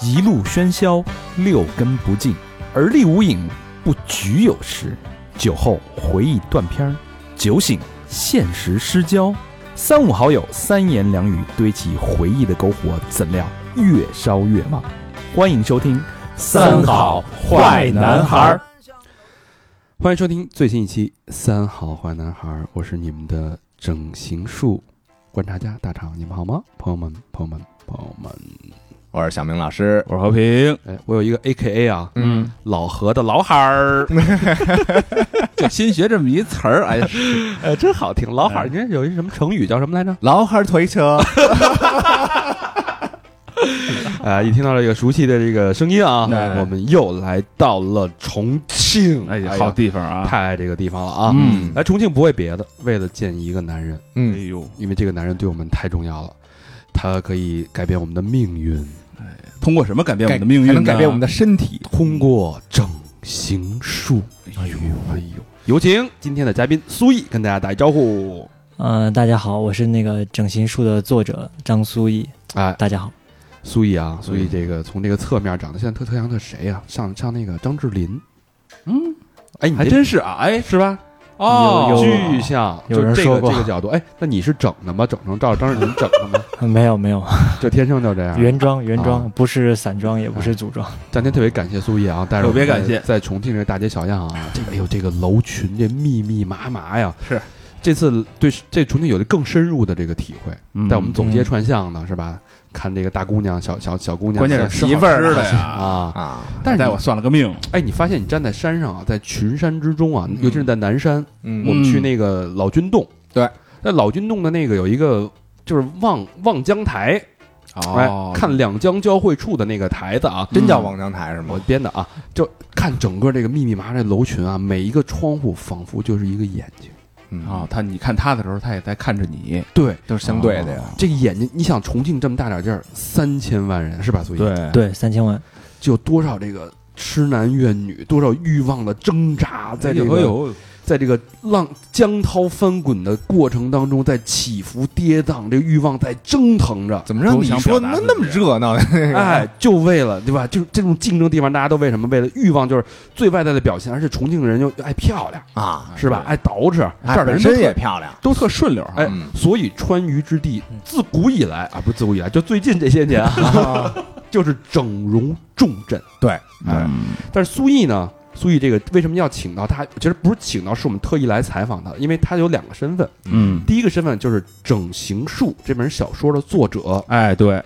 一路喧嚣，六根不净，而立无影，不局有时。酒后回忆断片儿，酒醒现实失焦。三五好友三言两语堆起回忆的篝火，怎料越烧越旺。欢迎收听《三好坏男孩儿》。欢迎收听最新一期《三好坏男孩儿》，我是你们的整形术观察家大厂，你们好吗？朋友们，朋友们，朋友们，我是小明老师，我是和平，哎，我有一个 A K A 啊，嗯，老何的老海 儿，就新学这么一词儿，哎，哎，真好听。老海儿，你这有一什么成语叫什么来着？老汉儿推 车，啊，一听到这个熟悉的这个声音啊，哎我们又来到了重庆，哎呀，好地方啊，太爱这个地方了哎啊。嗯来重庆不为别的，为了见一个男人，哎嗯，呦，因为这个男人对我们太重要了，他可以改变我们的命运。通过什么改变我改们的命运还呢？能改变我们的身体。通过整形术。哎呦，哎呦，有请今天的嘉宾苏毅跟大家打一招呼。呃，大家好，我是那个整形术的作者张苏毅。哎，大家好，苏毅啊，苏毅嗯这个从这个侧面长得现在特特像特谁呀、上上那个张智霖，嗯，哎，你还这真是啊，哎，是吧？哦有巨像，有就人这说个过这个角度，哎，那你是整的吗？整成照着张智霖整的 吗？呃没有没有，啊就天生就这样。原装原装，啊不是散装，也不啊是组装。当天特别感谢苏毅啊，带着我特别们感谢在重庆这大街小巷 啊，这个哎呦这个楼群这密密麻麻呀，是这次对这重庆有了更深入的这个体会，嗯带我们走街串巷的是吧？看这个大姑娘、小小小姑娘，关键是媳妇儿吃好吃的呀啊。啊，但是带你我算了个命，哎，你发现你站在山上啊，在群山之中嗯啊，尤其是在南山，我嗯们去那个老君洞，对，在老君洞的那个有一个就是望望江台，哦哎，，看两江交汇处的那个台子啊，真叫望江台是我吗？编的啊，就看整个这个密密麻麻的楼群啊，每一个窗户仿佛就是一个眼睛，嗯啊，他你看他的时候，他也在看着你，对，都是相对的呀哦。这个眼睛，你想重庆这么大点地儿，三千万人是吧？所以对，对，三千万，就有多少这个痴男怨女，多少欲望的挣扎，在这哎个呦，在这个浪江涛翻滚的过程当中，在起伏跌宕，这欲望在蒸 腾着。怎么让你说都想表达那自己那么热闹呢？哎，就为了对吧？就是这种竞争地方，大家都为什么？为了欲望，就是最外在的表现。而且重庆人又又爱漂亮， 啊，是吧？对爱捯饬，这哎儿的本人都身特也漂亮。都特顺溜啊哈，哎嗯，所以川渝之地嗯自古以来啊，不是自古以来，就最近这些年啊， 就是整容重镇。对，嗯哎，嗯但是苏毅呢，苏毅这个为什么要请到他？其实不是请到，是我们特意来采访他，因为他有两个身份。嗯，第一个身份就是《整形术》这本小说的作者、哎，对，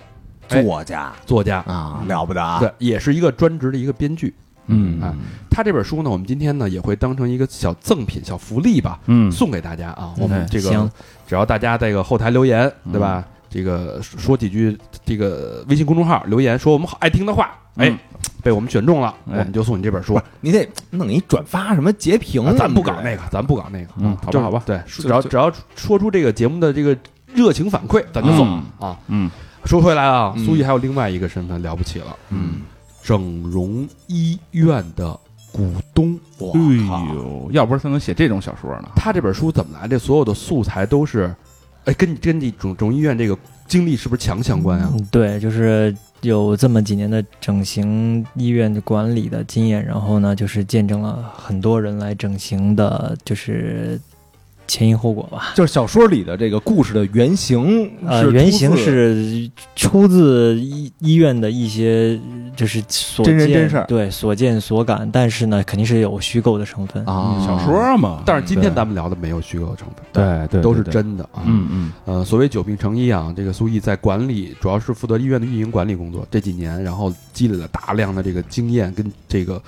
哎作家作家，啊，了不得啊！对，也是一个专职的一个编剧。嗯哎，他这本书呢，我们今天呢也会当成一个小赠品、小福利吧，嗯，送给大家啊。我们嗯这个哎行只要大家这个后台留言，对吧？这个说说几句，这个微信公众号留言说我们好爱听的话，哎，嗯被我们选中了，哎我们就送你这本书。不是，你得弄一转发什么截屏啊什么之类的，咱不搞那个，咱不搞那个，嗯啊好吧就是好吧对，只要只要说出这个节目的这个热情反馈，咱就送嗯啊。嗯说回来啊，嗯苏毅还有另外一个身份了不起了，嗯，整容医院的股东。我靠哎呦，要不是他能写这种小说呢，他这本书怎么来的？所有的素材都是，哎，跟你跟你整整容医院这个经历是不是强相关啊？嗯对，就是有这么几年的整形医院的管理的经验，然后呢，就是见证了很多人来整形的，就是前因后果吧。就是小说里的这个故事的原型呃，是原出型自是出自医医院的一些，就是所真见人真事儿对所见所感，但是呢，肯定是有虚构的成分。啊小说嘛，嗯但是今天对咱们聊的没有虚构的成分，对对都是，对对真的啊。嗯嗯呃，所谓久病成医啊，这个苏毅在管理，主要是负责医院的运营管理工作这几年，然后积累了大量的这个经验跟这个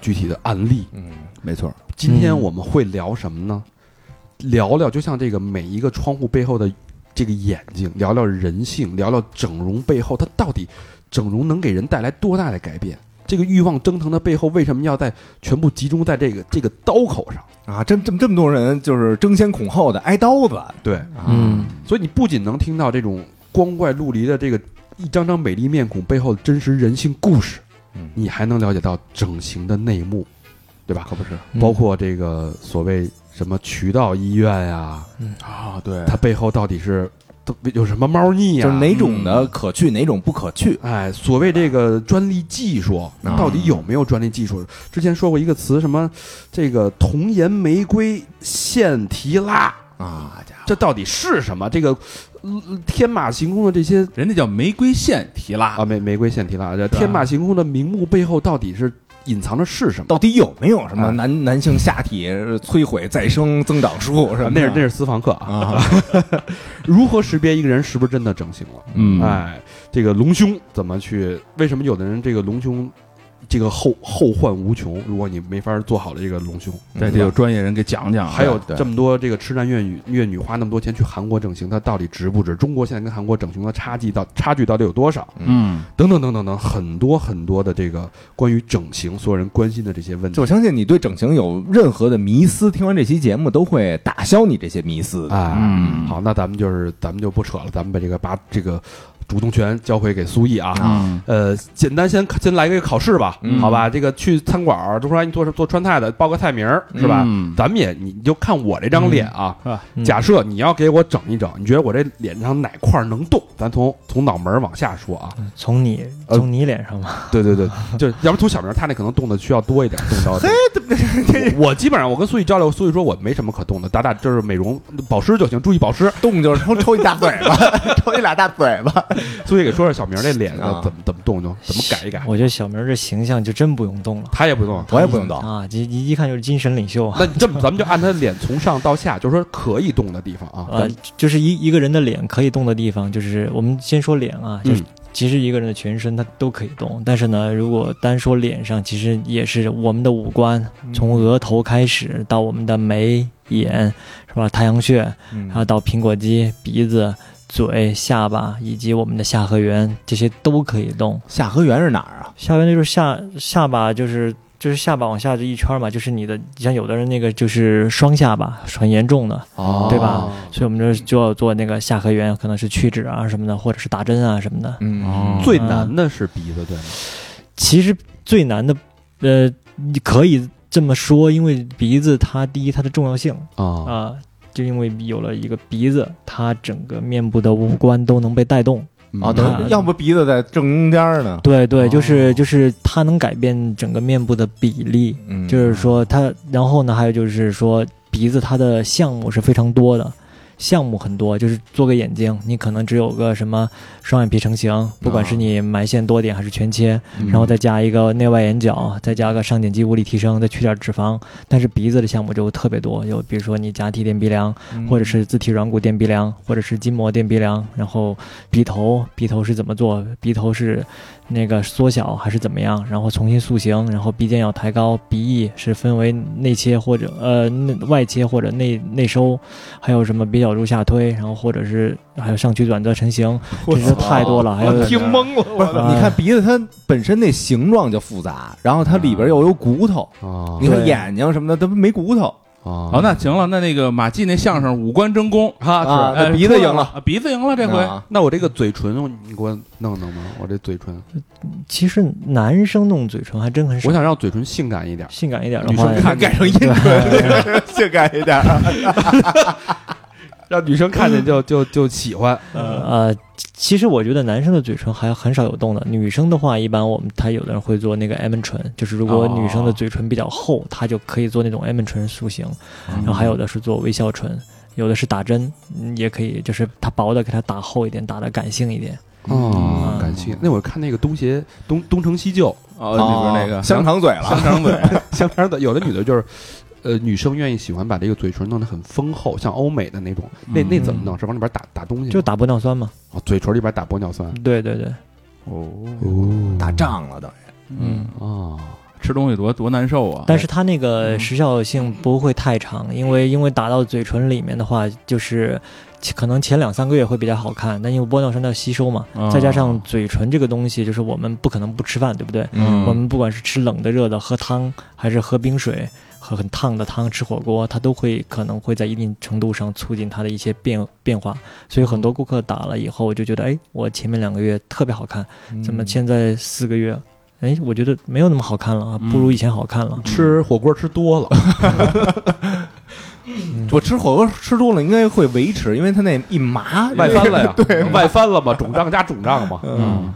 具体的案例。嗯，没错，今天嗯我们会聊什么呢？聊聊就像这个每一个窗户背后的这个眼睛，聊聊人性，聊聊整容背后它到底整容能给人带来多大的改变？这个欲望蒸腾的背后，为什么要在全部集中在这个这个刀口上？啊，这这么这么多人就是争先恐后的挨刀子，对，啊嗯，所以你不仅能听到这种光怪陆离的这个一张张美丽面孔背后的真实人性故事，嗯你还能了解到整形的内幕，对吧？可不是嗯包括这个所谓什么渠道医院呀、嗯啊，对它背后到底是都有什么猫腻呀、嗯就是哪种的可去，哪种不可去。哎，所谓这个专利技术，嗯到底有没有专利技术？之前说过一个词，什么这个童颜玫瑰腺提拉，啊，家伙，这到底是什么？这个、呃天马行空的这些人家叫玫瑰线提拉啊，，玫玫瑰腺提拉，这天马行空的名目背后到底是隐藏着是什么？到底有没有什么哎男男性下体摧毁再生增长术什么的？那是那是私房课啊！啊， 如何识别一个人是不是真的整形了？嗯哎，这个隆胸怎么去？为什么有的人这个隆胸，这个后后患无穷？如果你没法做好了这个隆胸，嗯这得有专业人给讲讲啊。还有对这么多这个痴男怨女怨女花那么多钱去韩国整形，它到底值不值？中国现在跟韩国整形的差距到差距到底有多少？嗯，等等等等等，很多很多的这个关于整形所有人关心的这些问题就我相信你对整形有任何的迷思，听完这期节目都会打消你这些迷思的。啊。嗯好，那咱们就是咱们就不扯了，咱们把这个把这个主动权交回给苏毅啊。嗯呃，简单先先来个考试吧，嗯好吧？这个去餐馆儿，都说哎你做什做川菜的，报个菜名儿是吧？嗯咱们也你你就看我这张脸啊，嗯假设你要给我整一整，你觉得我这脸上哪块儿能动？咱从从脑门儿往下说啊。从你呃从你脸上嘛， 对对对，就要不从小明儿他那可能动的需要多一点，动刀的。我我基本上我跟苏毅交流，苏毅说我没什么可动的，打打就是美容保湿就行，注意保湿。动就是抽抽一大嘴巴， 抽一俩大嘴巴。苏毅给说说小明儿这脸啊呢怎么怎么动就怎么改 一改，我觉得小明儿这形象就真不用动了他也不动。我也不用动，啊，这一一看就是精神领袖啊。那你这么咱们就按他脸从上到下，就是说可以动的地方啊。呃，就是一一个人的脸可以动的地方，就是我们先说脸啊，就是嗯其实一个人的全身他都可以动，但是呢，如果单说脸上，其实也是我们的五官，嗯从额头开始到我们的眉、眼，是吧？太阳嗯穴，嗯然啊后到苹果肌、鼻子、嘴、下巴以及我们的下颌缘，这些都可以动。下河源是哪儿啊？下边就是下下巴，就是就是下巴往下这一圈嘛，就是你的，像有的人那个就是双下巴，很严重的，哦对吧？所以我们就就要做那个下颌缘，可能是去脂啊什么的，或者是打针啊什么的。嗯哦最难的是鼻子，对吗？其实最难的，呃，你可以这么说，因为鼻子它第一它的重要性啊、啊，就因为有了一个鼻子，它整个面部的五官都能被带动。嗯啊，对等要不鼻子在正中间呢，对对，就是哦就是它能改变整个面部的比例，嗯就是说它，然后呢，还有就是说鼻子它的项目是非常多的，项目很多，就是做个眼睛，你可能只有个什么双眼皮成型，不管是你埋线多点还是全切，然后再加一个内外眼角，再加个上睑肌无力提升，再去点脂肪，但是鼻子的项目就特别多，有比如说你假体垫鼻梁，或者是自体软骨垫鼻梁，或者是筋膜垫鼻梁，然后鼻头，鼻头是怎么做？鼻头是那个缩小还是怎么样？然后重新塑形，然后鼻尖要抬高，鼻翼是分为内切或者呃内外切或者内内收，还有什么鼻角柱下推，然后或者是还有上曲转折成型，这些太多哎了，还有我听懵了，不是，啊你看鼻子它本身那形状就复杂，然后它里边又有骨头，啊你看对眼睛什么的，它没骨头啊好，那行了，那那个马季那相声五官争功哈啊是那哎鼻子出来赢了啊鼻子赢了这回。啊那我这个嘴唇，你给我弄弄吗？我这嘴唇，其实男生弄嘴唇还真很少我。想让嘴唇性感一点。性感一点的女话生，看改成阴唇，性感一点啊。让女生看见 就就就喜欢。呃，其实我觉得男生的嘴唇还很少有动的，女生的话，一般我们她有的人会做那个 M 唇，就是如果哦女生的嘴唇比较厚，她就可以做那种 M 唇塑形，然后还有的是做微笑唇，有的是打针，嗯也可以，就是它薄的给它打厚一点，打的感性一点。哦嗯，感性。那我看那个东邪东东成西 就哦，里边那个香肠嘴了，香肠嘴，相片的，有的女的就是，呃，女生愿意喜欢把这个嘴唇弄得很丰厚，像欧美的那种。那那怎么弄？是往里边打打东西吗？就打玻尿酸嘛，哦嘴唇里边打玻尿酸。对对对，哦打仗了等于。嗯，哦，吃东西多多难受啊！但是它那个时效性不会太长，因为因为打到嘴唇里面的话，就是其可能前两三个月会比较好看，但因为玻尿酸要吸收嘛，啊再加上嘴唇这个东西，就是我们不可能不吃饭，对不对？嗯我们不管是吃冷的、热的，喝汤还是喝冰水，喝很烫的汤，吃火锅，它都会可能会在一定程度上促进它的一些变变化。所以很多顾客打了以后，我就觉得，哎，我前面两个月特别好看，嗯怎么现在四个月，哎，我觉得没 嗯有那么好看了，啊，不如以前好看了。吃火锅吃多了。我吃火锅吃多了应该会维持，因为它那一麻外 翻了呀，对，外翻了嘛，肿胀加肿胀嘛。嗯，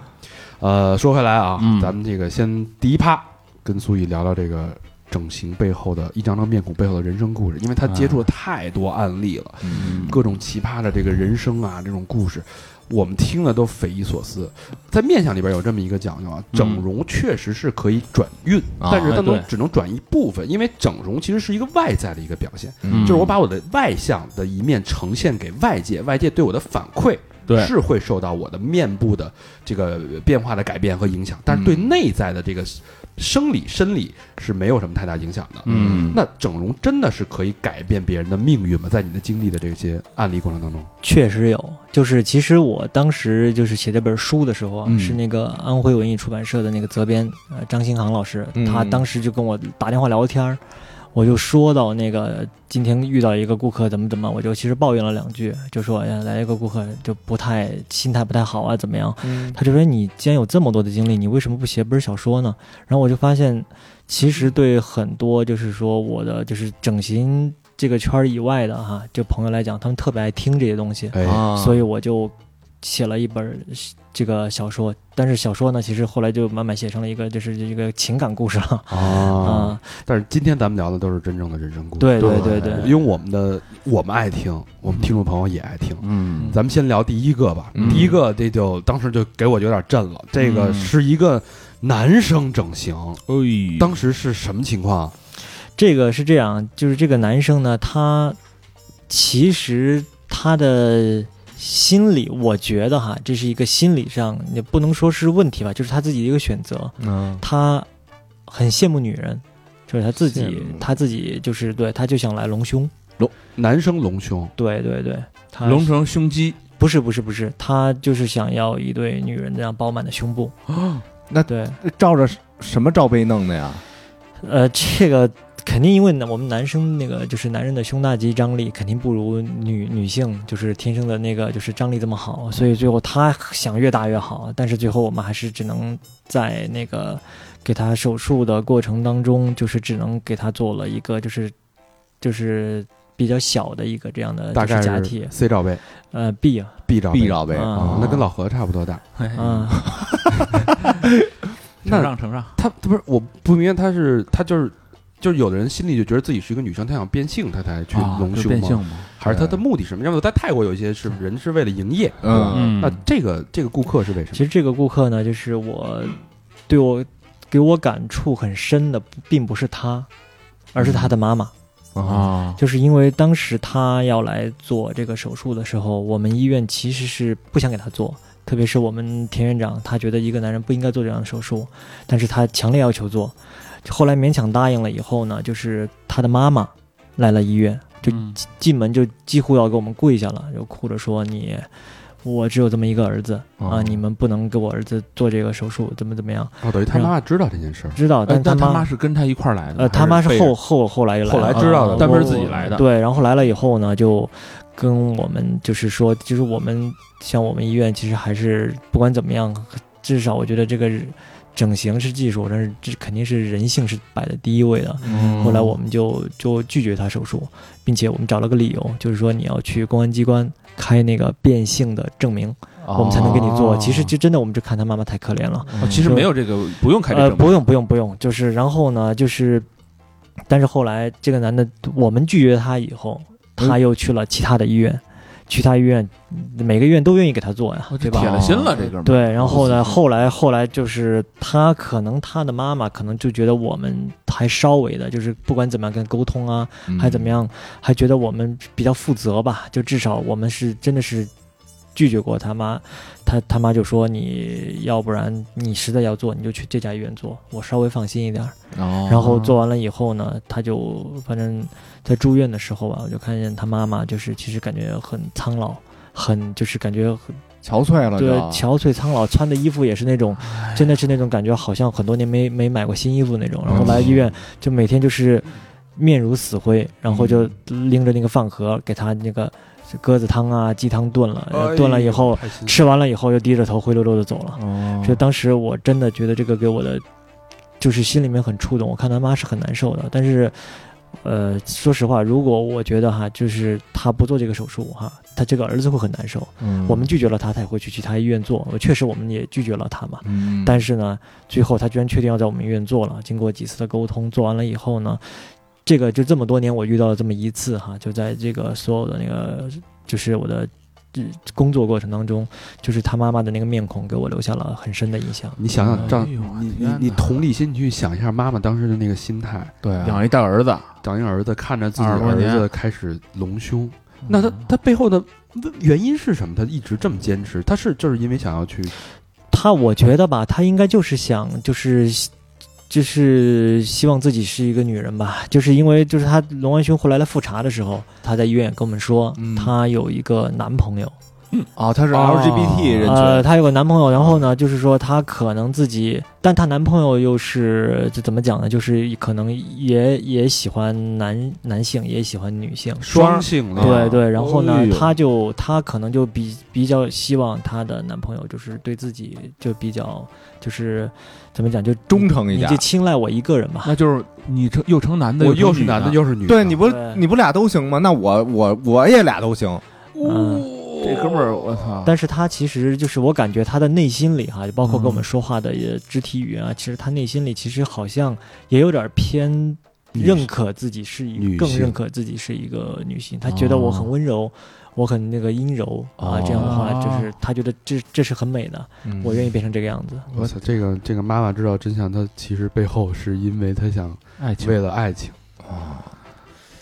呃，说回来啊，嗯咱们这个先第一趴跟苏毅聊聊这个整形背后的一张张面孔背后的人生故事，因为他接触了太多案例了，嗯各种奇葩的这个人生啊，这种故事。我们听了都匪夷所思，在面相里边有这么一个讲究啊，整容确实是可以转运，嗯啊但是它能对只能转一部分，因为整容其实是一个外在的一个表现，嗯就是我把我的外向的一面呈现给外界，外界对我的反馈对是会受到我的面部的这个变化的改变和影响，但是对内在的这个生理生理是没有什么太大影响的。嗯那整容真的是可以改变别人的命运吗？在你的经历的这些案例过程当中，确实有，就是其实我当时就是写这本书的时候啊，嗯是那个安徽文艺出版社的那个责编呃张新航老师，嗯他当时就跟我打电话聊天儿，我就说到那个今天遇到一个顾客怎么怎么，我就其实抱怨了两句，就说哎呀来一个顾客就不太心态不太好啊怎么样，他就说你既然有这么多的经历，你为什么不写本小说呢？然后我就发现，其实对很多就是说我的就是整形这个圈儿以外的哈，就朋友来讲，他们特别爱听这些东西，哎，啊所以以我就写了一本这个小说。但是小说呢，其实后来就慢慢写成了一个就是一个情感故事了啊！啊。但是今天咱们聊的都是真正的人生故事，对对对对因为我们的我们爱听，我们听众朋友也爱听。嗯咱们先聊第一个吧，嗯第一个这就当时就给我有点震了。这个嗯是一个男生整形，哎当时是什么情况？这个是这样，就是这个男生呢，他其实他的心理，我觉得哈，这是一个心理上也不能说是问题吧，就是他自己的一个选择，嗯他很羡慕女人，就是他自己羡慕，他自己就是对，他就想来隆胸，男生隆胸，对对对，他啊隆成胸肌，不是不是不是，他就是想要一对女人这样饱满的胸部，哦那对，照着什么罩杯弄的呀？呃，这个肯定因为呢，我们男生那个就是男人的胸大肌张力肯定不如女女性就是天生的那个就是张力这么好，所以最后他想越大越好，但是最后我们还是只能在那个给他手术的过程当中，就是只能给他做了一个就是就是比较小的一个这样的大就概是假是体， C 罩杯呃 B 啊， ，B 罩杯必罩杯啊啊哦那跟老何差不多大。嗯，哎承上承上，他他不是我不明白，他是他就是就是有的人心里就觉得自己是一个女生，他想变性，他才去啊隆就胸变吗？性嘛，还是他的目的是什么？要么在泰国有一些是人是为了营业，对吧嗯那这个这个顾客是为什其实这个顾客呢，就是我对我给我感触很深的，并不是他，而是他的妈妈。啊，就是因为当时他要来做这个手术的时候，我们医院其实是不想给他做，特别是我们田院长，他觉得一个男人不应该做这样的手术，但是他强烈要求做。后来勉强答应了以后呢，就是他的妈妈来了医院，就嗯进门就几乎要给我们跪下了，就哭着说你。我只有这么一个儿子啊！你们不能给我儿子做这个手术，怎么怎么样？么？哦，等于他妈妈知道这件事儿，知道，但哎是但他妈妈是跟他一块儿来的吗，呃，他妈还是背着后后后来就来后来知道的啊单我门自己来的，对，然后来了以后呢，就跟我们就是说，就是我们像我们医院，其实还是不管怎么样，至少我觉得这个整形是技术，但是这肯定是人性是摆在第一位的。后嗯来我们就就拒绝他手术，并且我们找了个理由，就是说你要去公安机关开那个变性的证明，哦我们才能给你哦做。其实嗯就真的，我们就看他妈妈太可怜了。哦其实没有这个，不用开这呃，证明不用不用不用，就是然后呢，就是，但是后来这个男的，我们拒绝他以后，他又去了其他的医院，去他医院，嗯每个医院都愿意给他做呀，对吧？铁了心了，这哥们嗯儿对，然后呢，哦后来后来就是他可能他的妈妈可能就觉得我们还稍微的，就是不管怎么样跟沟通啊，嗯还怎么样，还觉得我们比较负责吧，就至少我们是真的是拒绝过他妈，他他妈就说你要不然你实在要做你就去这家医院做，我稍微放心一点儿。哦然后做完了以后呢，他就反正在住院的时候吧，我就看见他妈妈就是其实感觉很苍老，很就是感觉很憔悴了就，对憔悴苍老，穿的衣服也是那种真的是那种感觉，好像很多年没没买过新衣服那种。然后来医院就每天就是面如死灰，然后就拎着那个饭盒给他那个鸽子汤啊、鸡汤炖哎了，然后炖了以后太心吃完了以后又低着头灰溜溜的走了。哦就当时我真的觉得这个给我的就是心里面很触动，我看他妈是很难受的，但是。呃，说实话，如果我觉得哈，就是他不做这个手术哈，他这个儿子会很难受。嗯我们拒绝了他，他也会去其他医院做。确实，我们也拒绝了他嘛。嗯但是呢，最后他居然确定要在我们医院做了。经过几次的沟通，做完了以后呢，这个就这么多年我遇到了这么一次哈，就在这个所有的那个就是我的呃工作过程当中，就是他妈妈的那个面孔给我留下了很深的印象。你想想，张，哎呦我你天你哪你同理心，你去想一下妈妈当时的那个心态，对啊，养一大儿子，长一儿子看着自己二十多儿年子开始隆胸，那他他背后的原因是什么？他一直这么坚持，他是就是因为想要去他我觉得吧，他应该就是想就是。就是希望自己是一个女人吧，就是因为就是他龙安兄回来了复查的时候，他在医院也跟我们说，嗯他有一个男朋友，啊，他是哦 LGBT 人群，呃，她有个男朋友，然后呢，就是说她可能自己，但她男朋友又是就怎么讲呢？就是可能也也喜欢男男性，也喜欢女性。双啊性恋，对对，然后哎呢，哦呦她就她可能就比比较希望她的男朋友就是对自己就比较就是怎么讲就忠诚一你点就。青睐我一个人吧。那就是你成又成男的，我又是成女男的又是女的，对，你不对你不俩都行吗？那我我我也俩都行。嗯，这哥们儿，我操！但是她其实就是我感觉她的内心里哈，就包括跟我们说话的也肢体语言啊，其实她内心里其实好像也有点偏女认可自己是一女更性认可自己是一个女哦性，她觉得我很温柔，我很那个阴柔啊，哦这样的话就是她觉得这这是很美的，我愿意变成这个样嗯子。我操，这个这个妈妈知道真相，她其实背后是因为她想爱情为了爱情，哎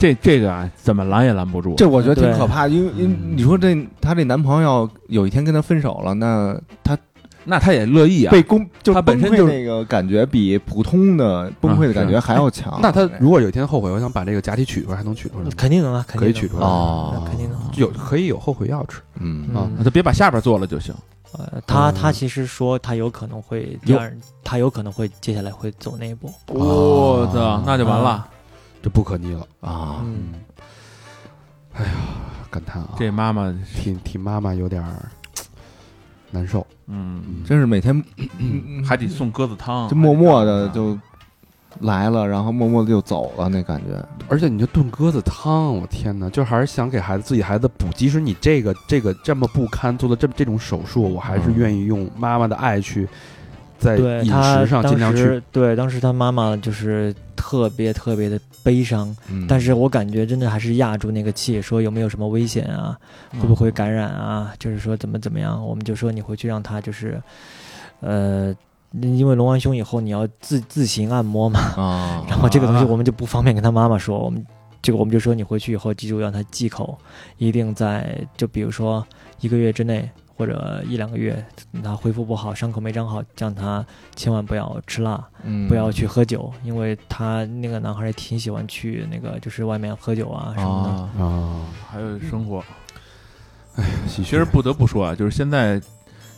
这这个啊，怎么拦也拦不住。这我觉得挺对可怕，因为因为嗯你说这她这男朋友有一天跟她分手了，那她那他也乐意啊，被公就是她本身崩溃就是那个感觉比普通的崩溃的啊感觉还要强。那她如果有一天后悔，我想把这个假体取出来，还能取出来吗？肯定能啊，嗯肯可以定取出来能哦那肯定能。有可以有后悔药吃，嗯嗯啊他别把下边做了就行。呃，她嗯她其实说她有可能会第二，她有可能会接下来会走那一步。我操，那就完了。这不可逆了。哎啊，嗯，感叹啊，这妈妈，替替妈妈有点儿难受。嗯，真是每天嗯还得送鸽子哦汤，就默默的嗯还得干嘛就来了，然后默默的就走了，那感觉。嗯而且你就炖鸽子汤，我天哪！就还是想给孩子自己孩子补。即使你这个这个这么不堪，做的这这种手术，我还是愿意用妈妈的爱去，在对饮她食上尽量当去。时对当时她妈妈就是特别特别的悲伤，嗯但是我感觉真的还是压住那个气，说有没有什么危险啊，嗯会不会感染啊，就是说怎么怎么样，我们就说你回去让他就是，呃，因为隆完胸以后你要自自行按摩嘛，啊，然后这个东西啊我们就不方便跟他妈妈说，我们这个我们就说你回去以后记住让他忌口，一定在就比如说一个月之内。或者一两个月，他恢复不好，伤口没长好，让他千万不要吃辣，嗯不要去喝酒，因为他那个男孩也挺喜欢去那个，就是外面喝酒啊什么的。啊，啊，还有生活。其其实不得不说啊，就是现在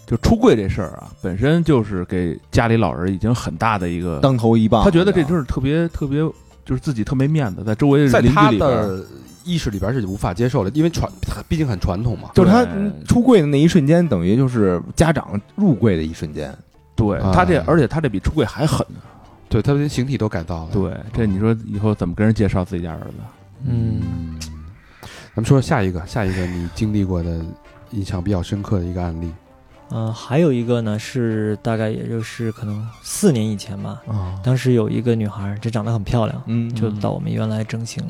就出柜这事儿啊，本身就是给家里老人已经很大的一个，当头一棒。他觉得这就是特别特别，就是自己特没面子，在周围在邻居他里边儿，的意识里边是无法接受的，因为传毕竟很传统嘛。就是他对出柜的那一瞬间，等于就是家长入柜的一瞬间。对啊他这，而且他这比出柜还狠呢。对他连形体都改造了。，对，这你说以后怎么跟人介绍自己家儿子？嗯，咱们说说下一个，下一个你经历过的印象比较深刻的一个案例。呃，还有一个呢是大概也就是可能四年以前吧，啊，当时有一个女孩，这长得很漂亮，嗯，就到我们医院来整形。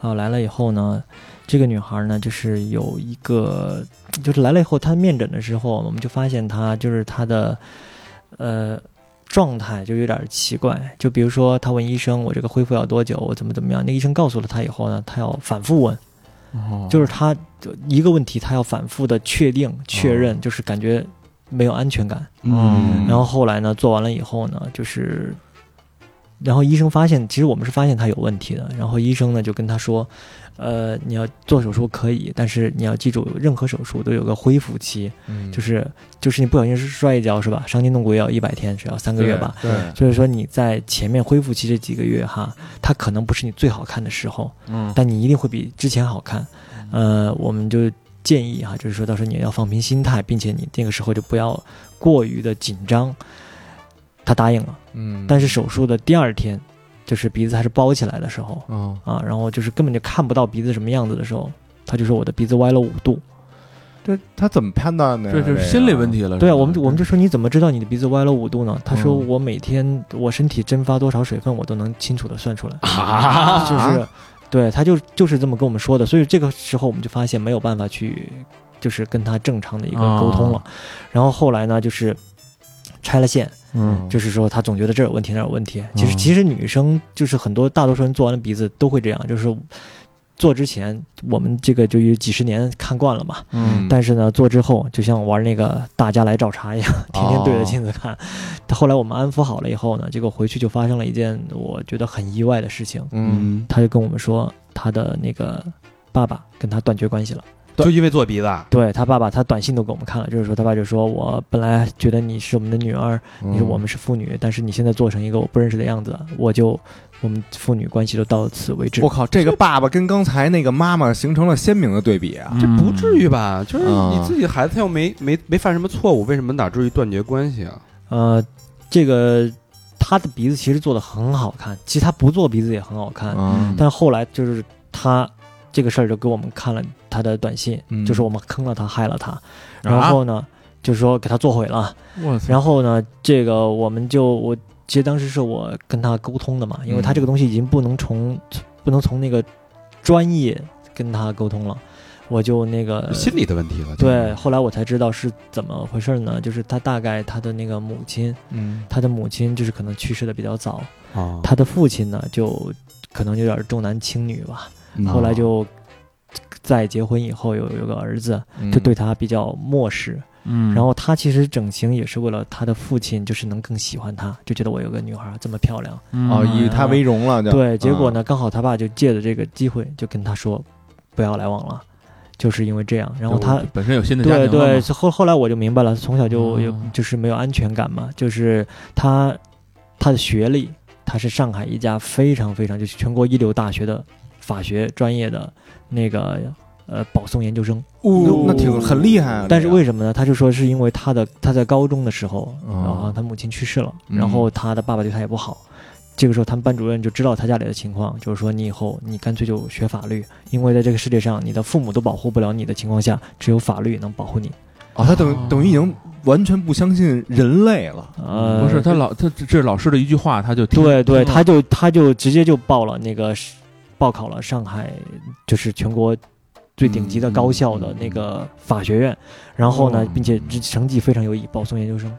然后来了以后呢，这个女孩呢就是有一个，就是来了以后她面诊的时候，我们就发现她就是她的，呃。状态就有点奇怪，就比如说，她问医生我这个恢复要多久，我怎么怎么样？那个医生告诉了她以后呢，她要反复问，哦就是他就一个问题，他要反复的确定、确认，哦就是感觉没有安全感。嗯然后后来呢，做完了以后呢，就是，然后医生发现，其实我们是发现他有问题的。然后医生呢就跟他说，呃，你要做手术可以，但是你要记住，任何手术都有个恢复期，就是就是你不小心摔一跤是吧，伤筋动骨也要一百天，只要三个月吧。对，所以说你在前面恢复期这几个月哈，它可能不是你最好看的时候，嗯，但你一定会比之前好看。呃，我们就建议哈、就是说到时候你要放平心态，并且你那个时候就不要过于的紧张。他答应了，嗯，但是手术的第二天，就是鼻子还是包起来的时候啊，啊，然后就是根本就看不到鼻子什么样子的时候，他就说我的鼻子歪了五度。这他怎么判断的呀？这就是心理问题。题了。对啊，是吧我们就我们就说你怎么知道你的鼻子歪了五度呢？他说嗯我每天我身体蒸发多少水分，我都能清楚的算出来。啊就是，对，他就就是这么跟我们说的，所以这个时候我们就发现没有办法去，就是跟他正常的一个啊沟通了。然后后来呢，就是拆了线，嗯就是说他总觉得这儿有问题那儿有问题。其实嗯其实女生就是很多大多数人做完了鼻子都会这样，就是做之前我们这个就有几十年看惯了嘛，嗯但是呢，做之后就像玩那个大家来找 茬一样，天天对着镜子看。哦后来我们安抚好了以后呢，结果回去就发生了一件我觉得很意外的事情。嗯，他就跟我们说，他的那个爸爸跟他断绝关系了。就因为做鼻子啊，对他爸爸，他短信都给我们看了，就是说他爸就说我本来觉得你是我们的女儿，嗯你说我们是父女，但是你现在做成一个我不认识的样子，我就我们父女关系就到此为止我。靠，这个爸爸跟刚才那个妈妈形成了鲜明的对比啊！这不至于嗯吧？就是啊你自己的孩子，他又没没没犯什么错误，为什么哪至于断绝关系啊？呃，这个他的鼻子其实做的很好看，其实他不做鼻子也很好看，嗯啊，但后来就是他这个事儿就给我们看了他的短信，嗯就是我们坑了他，害了啊他，然后呢，就说给他做毁 了，我操，然后呢，这个我们就我其实当时是我跟他沟通的嘛，因为他这个东西已经不能从不能从那个专业跟他沟通了，我就那个心理的问题了。对，，后来我才知道是怎么回事呢，就是他大概他的那个母亲，嗯他的母亲就是可能去世的比较早，啊，他的父亲呢就可能有点重男轻女吧。嗯后啊哦来就在结婚以后有有个儿子，就对他比较漠视。嗯，然后他其实整形也是为了他的父亲，就是能更喜欢他，就觉得我有个女孩这么漂亮。哦，嗯以他为荣了，就啊对，结果呢，刚好他爸就借着这个机会就跟他说，不要来往了，就是因为这样。然后他。本身有新的家庭对了嘛对，后后来我就明白了，从小就有哦就是没有安全感嘛，就是他他的学历，他是上海一家非常非常就是全国一流大学的法学专业的那个呃保送研究生，哦，那挺很厉害啊。但是这个为什么呢？他就说是因为他的他在高中的时候，哦然后他母亲去世了，嗯然后他的爸爸对他也不好。这个时候，他们班主任就知道他家里的情况，就是说你以后你干脆就学法律，因为在这个世界上，你的父母都保护不了你的情况下，只有法律能保护你。哦，他等等于已经完全不相信人类了。呃，不是他老他这这是老师的一句话，他就听嗯对嗯对，听他就他就直接就报了那个是报考了上海，就是全国最顶级的高校的那嗯个法学院，然后呢哦，并且这成绩非常优异，保送研究生。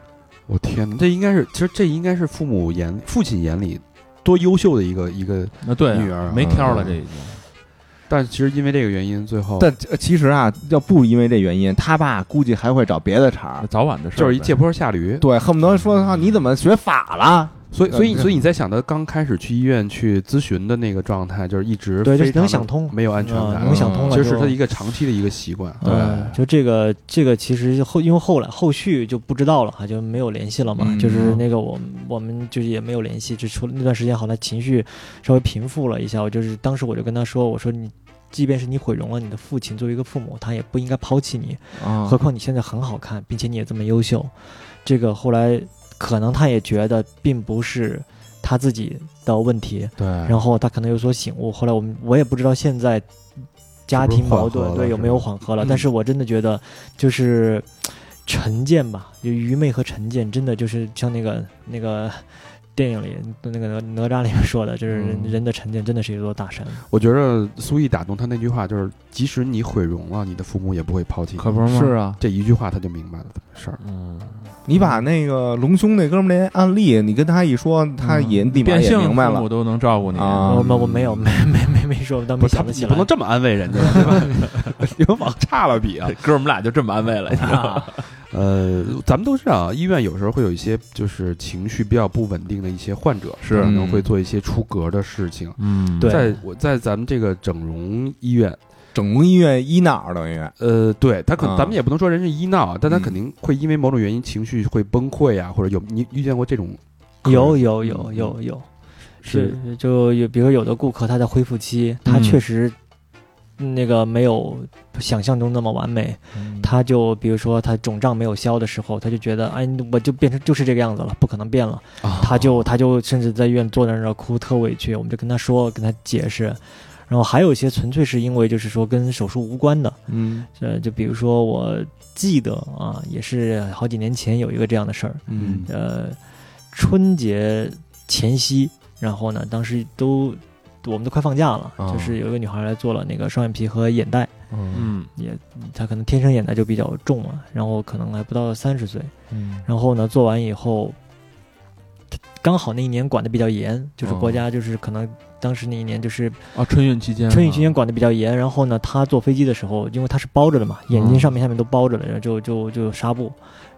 我天哪，这应该是，其实这应该是父母眼、父亲眼里多优秀的一个一个，那对啊女儿没挑了嗯这已经，但其实因为这个原因，最后但呃其实啊，要不因为这原因，他爸估计还会找别的茬儿。早晚的事儿呗，就是一借坡下驴。对，恨不得说啊，你怎么学法了？所以，嗯呃所以，所以你在想他刚开始去医院去咨询的那个状态，就是一直对，就是非常能地想通，没有安全啊感，嗯能想通了其就，实是他一个长期的一个习惯。嗯，就这个这个其实后因为后来后续就不知道了哈，就没有联系了嘛。嗯就是那个我们我们就是也没有联系，就除了那段时间好像情绪稍微平复了一下，我就是当时我就跟他说，我说你。即便是你毁容了你的父亲，作为一个父母，他也不应该抛弃你。嗯啊何况你现在很好看，并且你也这么优秀。这个后来可能他也觉得并不是他自己的问题，对，然后他可能有所醒悟。后来我们我也不知道现在家庭矛是不是缓嗯和盾了对有没有缓和了，但是我真的觉得就是成见吧，就愚昧和成见，真的就是像那个那个。电影里那个哪吒里面说的，就是人,、嗯人的成见真的是一座大山。我觉得苏毅打动他那句话就是：即使你毁容了，你的父母也不会抛弃你。可不是吗？是啊，这一句话他就明白了怎么回事 儿。嗯，你把那个隆胸那哥们儿那案例，你跟他一说，他也立马变也性明白父母了。都能照顾你啊我们我没有没没没没说，我倒没他想得你起不来能。这么安慰人家，对吧？你们往差了比啊！哥们俩就这么安慰了，你知道吗？ 呃，咱们都知道，医院有时候会有一些就是情绪比较不稳定的一些患者，是可能会做一些出格的事情。嗯，对在我在咱们这个整容医院，整容医院医闹等于呃，对他可能、啊咱们也不能说人是医闹啊，但他嗯肯定会因为某种原因情绪会崩溃啊，或者有你遇见过这种客人有有有有有，是就就有，比如有的顾客他在恢复期，他嗯确实那个没有想象中那么完美，他就比如说他肿胀没有消的时候，他就觉得哎，我就变成就是这个样子了，不可能变了。啊他就他就甚至在医院坐在那儿哭，特委屈。我们就跟他说，跟他解释。然后还有一些纯粹是因为就是说跟手术无关的，嗯呃，就比如说我记得啊，也是好几年前有一个这样的事儿，嗯呃，春节前夕，然后呢，当时都我们都快放假了，哦就是有一个女孩来做了那个双眼皮和眼袋，嗯嗯也她可能天生眼袋就比较重嘛，然后可能还不到三十岁，嗯然后呢，做完以后，刚好那一年管的比较严，就是国家就是可能当时那一年就是啊，春运期间啊，春运期间管的比较严，然后呢，他坐飞机的时候，因为他是包着的嘛，眼睛嗯上面下面都包着的，然后就就就纱布，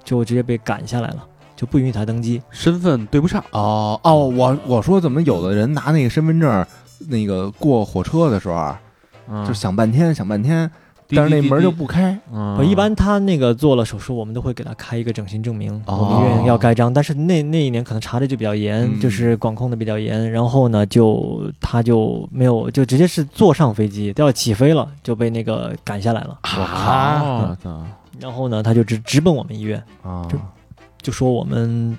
就直接被赶下来了，就不允许他登机。身份对不上，哦哦，我我说怎么有的人拿那个身份证儿那个过火车的时候啊，嗯就想半天想半天，滴滴但是那滴门滴就不开。嗯我一般他那个做了手术，我们都会给他开一个整形证明，哦我们医院要盖章。但是那那一年可能查的就比较严，嗯就是管控的比较严，然后呢，就他就没有，就直接是坐上飞机，都要起飞了，就被那个赶下来了。啊，我操然后呢，他就直直奔我们医院，啊这就说我们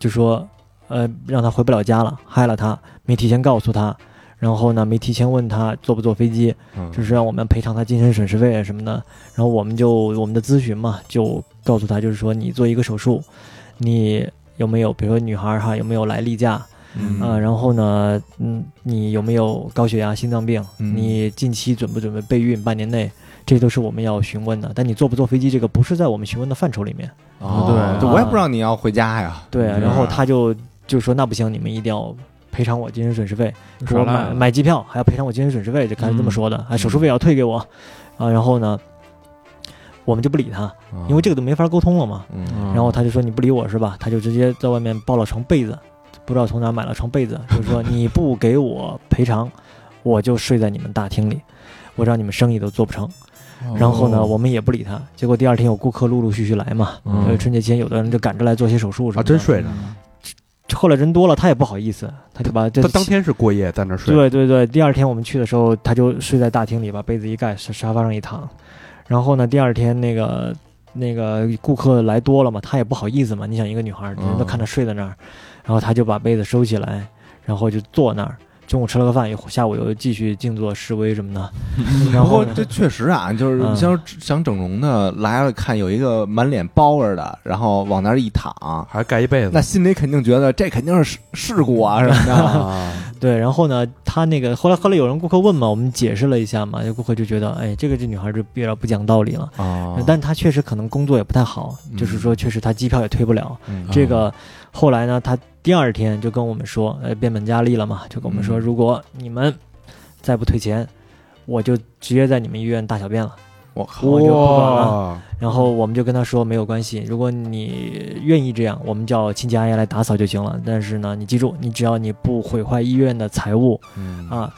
就说呃让他回不了家了，害了他，没提前告诉他，然后呢没提前问他坐不坐飞机，嗯就是让我们赔偿他精神损失费啊什么的。然后我们就我们的咨询嘛，就告诉他就是说你做一个手术，你有没有比如说女孩儿哈有没有来例假啊、嗯呃然后呢嗯你有没有高血压、心脏病，嗯你近期准不准备备孕半年内。这都是我们要询问的，但你坐不坐飞机，这个不是在我们询问的范畴里面。哦对我也不知道你要回家呀。对，啊嗯然后他就就说那不行，你们一定要赔偿我精神损失费，给耍我赖买了买机票，还要赔偿我精神损失费，就开始这么啊嗯说的，啊，手术费也要退给我，啊，然后呢，我们就不理他，啊因为这个，个都没法沟通了嘛。嗯然后他就说你不理我是吧？他就直接在外面抱了床被子，不知道从哪买了床被子， 就是说你不给我赔偿，我就睡在你们大厅里，我让你们生意都做不成。然后呢，哦我们也不理他。结果第二天有顾客陆陆续续来嘛，嗯呃春节前有的人就赶着来做些手术什么啊，的。真睡着，后来人多了，他也不好意思，他就把这他当天是过夜在那儿睡，对对对，第二天我们去的时候，他就睡在大厅里，把被子一盖，沙沙发上一躺。然后呢，第二天那个那个顾客来多了嘛，他也不好意思嘛。你想一个女孩儿，人都看她睡在那儿，然后他就把被子收起来，然后就坐那儿。中午吃了个饭以后，下午又继续静坐示威什么的。然不后过呢这确实啊，就是嗯像想整容的来了，看有一个满脸包着的，然后往那儿一躺，还盖一被子那心里肯定觉得这肯定是事故啊什么 的。啊，对，然后呢，他那个后来后来有人顾客问嘛，我们解释了一下嘛，有顾客就觉得，哎，这个这女孩就有点不讲道理了。哦但他确实可能工作也不太好，就是说确实他机票也退不了。嗯这个后来呢，他第二天就跟我们说，呃，变本加厉了嘛，就跟我们说，嗯如果你们再不退钱，我就直接在你们医院大小便了。我我就不管了。哇，然后我们就跟他说没有关系，如果你愿意这样，我们叫亲戚阿姨来打扫就行了。但是呢，你记住，你只要你不毁坏医院的财物 嗯啊。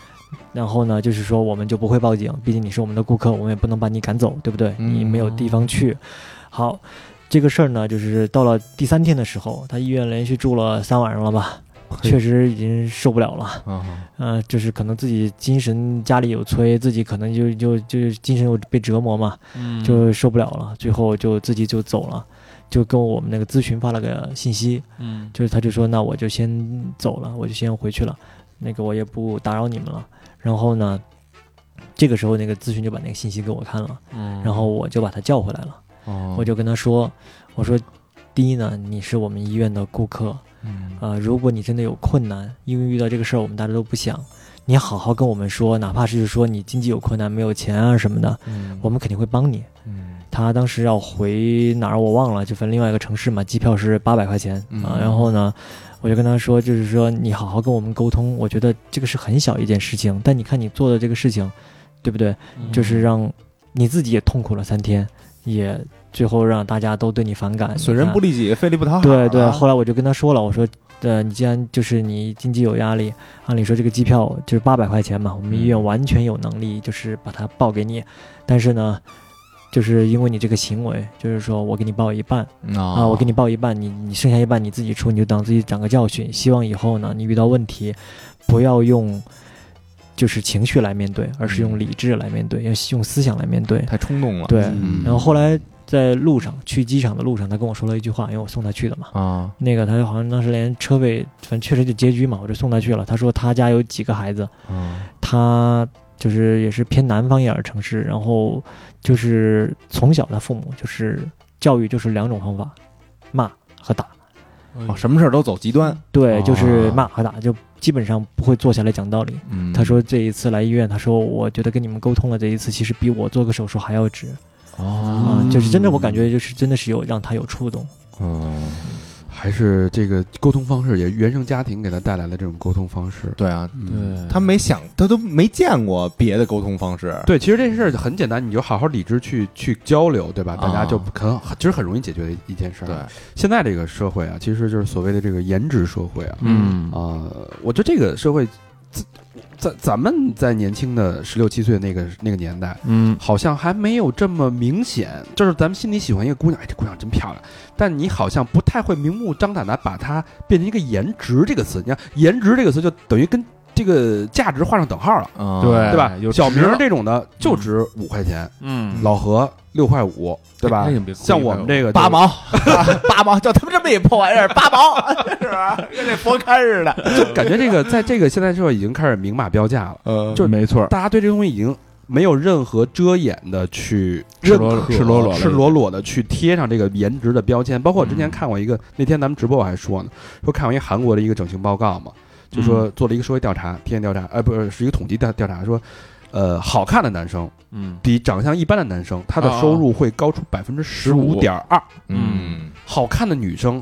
然后呢，就是说我们就不会报警，毕竟你是我们的顾客，我们也不能把你赶走，对不对？嗯你没有地方去。好，这个事儿呢，就是到了第三天的时候，他医院连续住了三晚上了吧，确实已经受不了了。啊呃，就是可能自己精神家里有催，自己可能就就就精神有被折磨嘛，嗯就受不了了，最后就自己就走了。就跟我们那个咨询发了个信息，嗯就是他就说那我就先走了，我就先回去了，那个我也不打扰你们了。然后呢，这个时候那个咨询就把那个信息给我看了，嗯然后我就把他叫回来了，哦我就跟他说，我说第一呢，你是我们医院的顾客，嗯呃，如果你真的有困难，因为遇到这个事儿我们大家都不想，你好好跟我们说，哪怕是说你经济有困难没有钱啊什么的，我们肯定会帮你。嗯他当时要回哪儿我忘了，就分另外一个城市嘛，机票是八百块钱嗯啊、然后呢，我就跟他说，就是说你好好跟我们沟通，我觉得这个是很小一件事情，但你看你做的这个事情，对不对？嗯就是让你自己也痛苦了三天，也最后让大家都对你反感，损人不利己，费力不讨好。对对，啊后来我就跟他说了，我说，呃，你既然就是你经济有压力，按理说这个机票就是八百块钱嘛，我们医院完全有能力就是把它报给你，但是呢，就是因为你这个行为，就是说我给你报一半啊，啊我给你报一半，你你剩下一半你自己出，你就当自己长个教训。希望以后呢，你遇到问题，不要用。就是情绪来面对，而是用理智来面对，要用思想来面对。太冲动了。对，嗯然后后来在路上去机场的路上，他跟我说了一句话，因为我送他去的嘛。啊，那个他好像当时连车位，反正确实就拮据嘛，我就送他去了。他说他家有几个孩子，他就是也是偏南方一点的城市，然后就是从小他父母就是教育就是两种方法，骂和打。哎哦什么事儿都走极端。对，就是哦骂和打，就基本上不会坐下来讲道理。嗯他说这一次来医院，他说我觉得跟你们沟通了，这一次其实比我做个手术还要值哦，啊、就是真的，我感觉就是真的是有让他有触动。嗯，还是这个沟通方式，也原生家庭给他带来的这种沟通方式。对啊，嗯，对，他没想，他都没见过别的沟通方式。对，其实这事儿很简单，你就好好理智去去交流，对吧？大家啊就可能其实很容易解决的一件事儿。对，现在这个社会啊，其实就是所谓的这个颜值社会啊。嗯啊、我觉得这个社会，自咱咱们在年轻的十六七岁那个那个年代，嗯好像还没有这么明显。就是咱们心里喜欢一个姑娘，哎，这姑娘真漂亮，但你好像不太会明目张胆的把它变成一个颜值这个词。你看，颜值这个词就等于跟这个价值画上等号了，啊对对吧？哎有小值明了这种的就值五块钱，嗯，老何六块五，对吧那？你别像我们这个就八 毛，八毛，就他们这么一破玩意儿，八毛， 是吧？跟那佛龛似的。就感觉这个在这个现在社会已经开始明码标价了。呃就嗯没错儿，大家对这东西已经没有任何遮掩的去赤认裸可赤裸裸了赤裸裸的去贴上这个颜值的标签。包括我之嗯前看过一个，那天咱们直播我还说呢，说看过一个韩国的一个整形报告嘛，就说嗯做了一个社会调查，体验调查，呃，不是是一个统计调调查，说，呃，好看的男生嗯比长相一般的男生，他的啊啊收入会高出百分之十五点二。嗯，好看的女生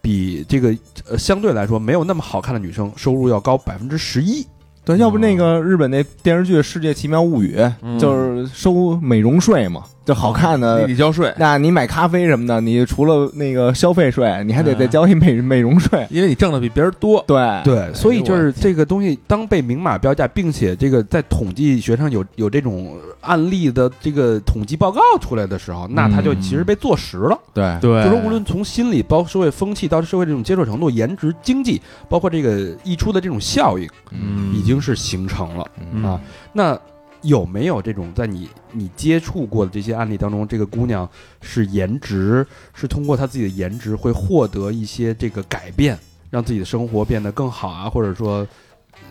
比这个呃相对来说没有那么好看的女生收入要高百分之十一。对，要不那个日本那电视剧《世界奇妙物语》嗯就是收美容税嘛，就好看你的得。交税，那你买咖啡什么的，你除了那个消费税，你还得嗯再交一美美容税。因为你挣的比别人多，对对，所以就是哎这个东西，当被明码标价，并且这个在统计学上有有这种案例的这个统计报告出来的时候，那它就其实被坐实了。对对就说无论从心理、包括社会风气到社会这种接受程度、颜值、经济，包括这个溢出的这种效应，嗯已经是形成了。嗯啊那有没有这种在你你接触过的这些案例当中，这个姑娘是颜值是通过她自己的颜值会获得一些这个改变，让自己的生活变得更好啊，或者说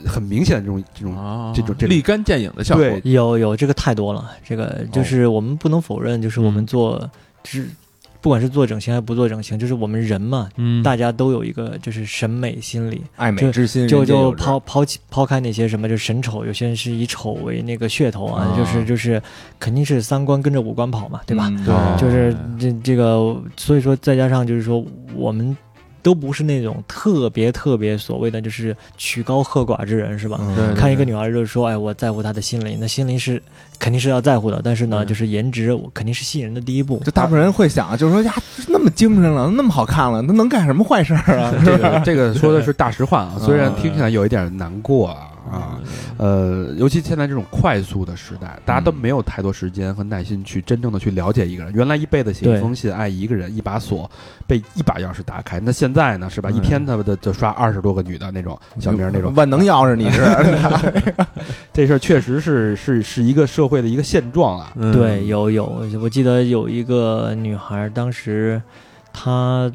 很明显的这种这种啊这种这种立竿见影的效果，对有有这个太多了，这哦个就是我们不能否认，就是我嗯们做只、不管是做整形还是不做整形，就是我们人嘛，嗯大家都有一个就是审美心理，爱美之心，就人皆有就之抛抛弃抛开那些什么，就审丑，有些人是以丑为那个噱头啊，啊就是就是肯定是三观跟着五官跑嘛，对吧？嗯对就是这这个，所以说再加上就是说我们。都不是那种特别特别所谓的就是曲高和寡之人，是吧？嗯对对看一个女孩就是说，哎，我在乎她的心灵，那心灵是肯定是要在乎的，但是呢，嗯就是颜值我肯定是吸引人的第一步。就大部分人会想，就是说呀，那么精神了，那么好看了，那能干什么坏事儿啊？这个这个说的是大实话啊，虽然听起来有一点难过啊啊，呃，尤其现在这种快速的时代，大家都没有太多时间和耐心去真正的去了解一个人。原来一辈子写一对封信爱一个人，一把锁被一把钥匙打开，那现在呢是吧？嗯一天他妈的就刷二十多个女的那种小名儿那种， 万能钥匙你是这事儿确实是是是一个社会的一个现状啊。嗯对，有有，我记得有一个女孩，当时她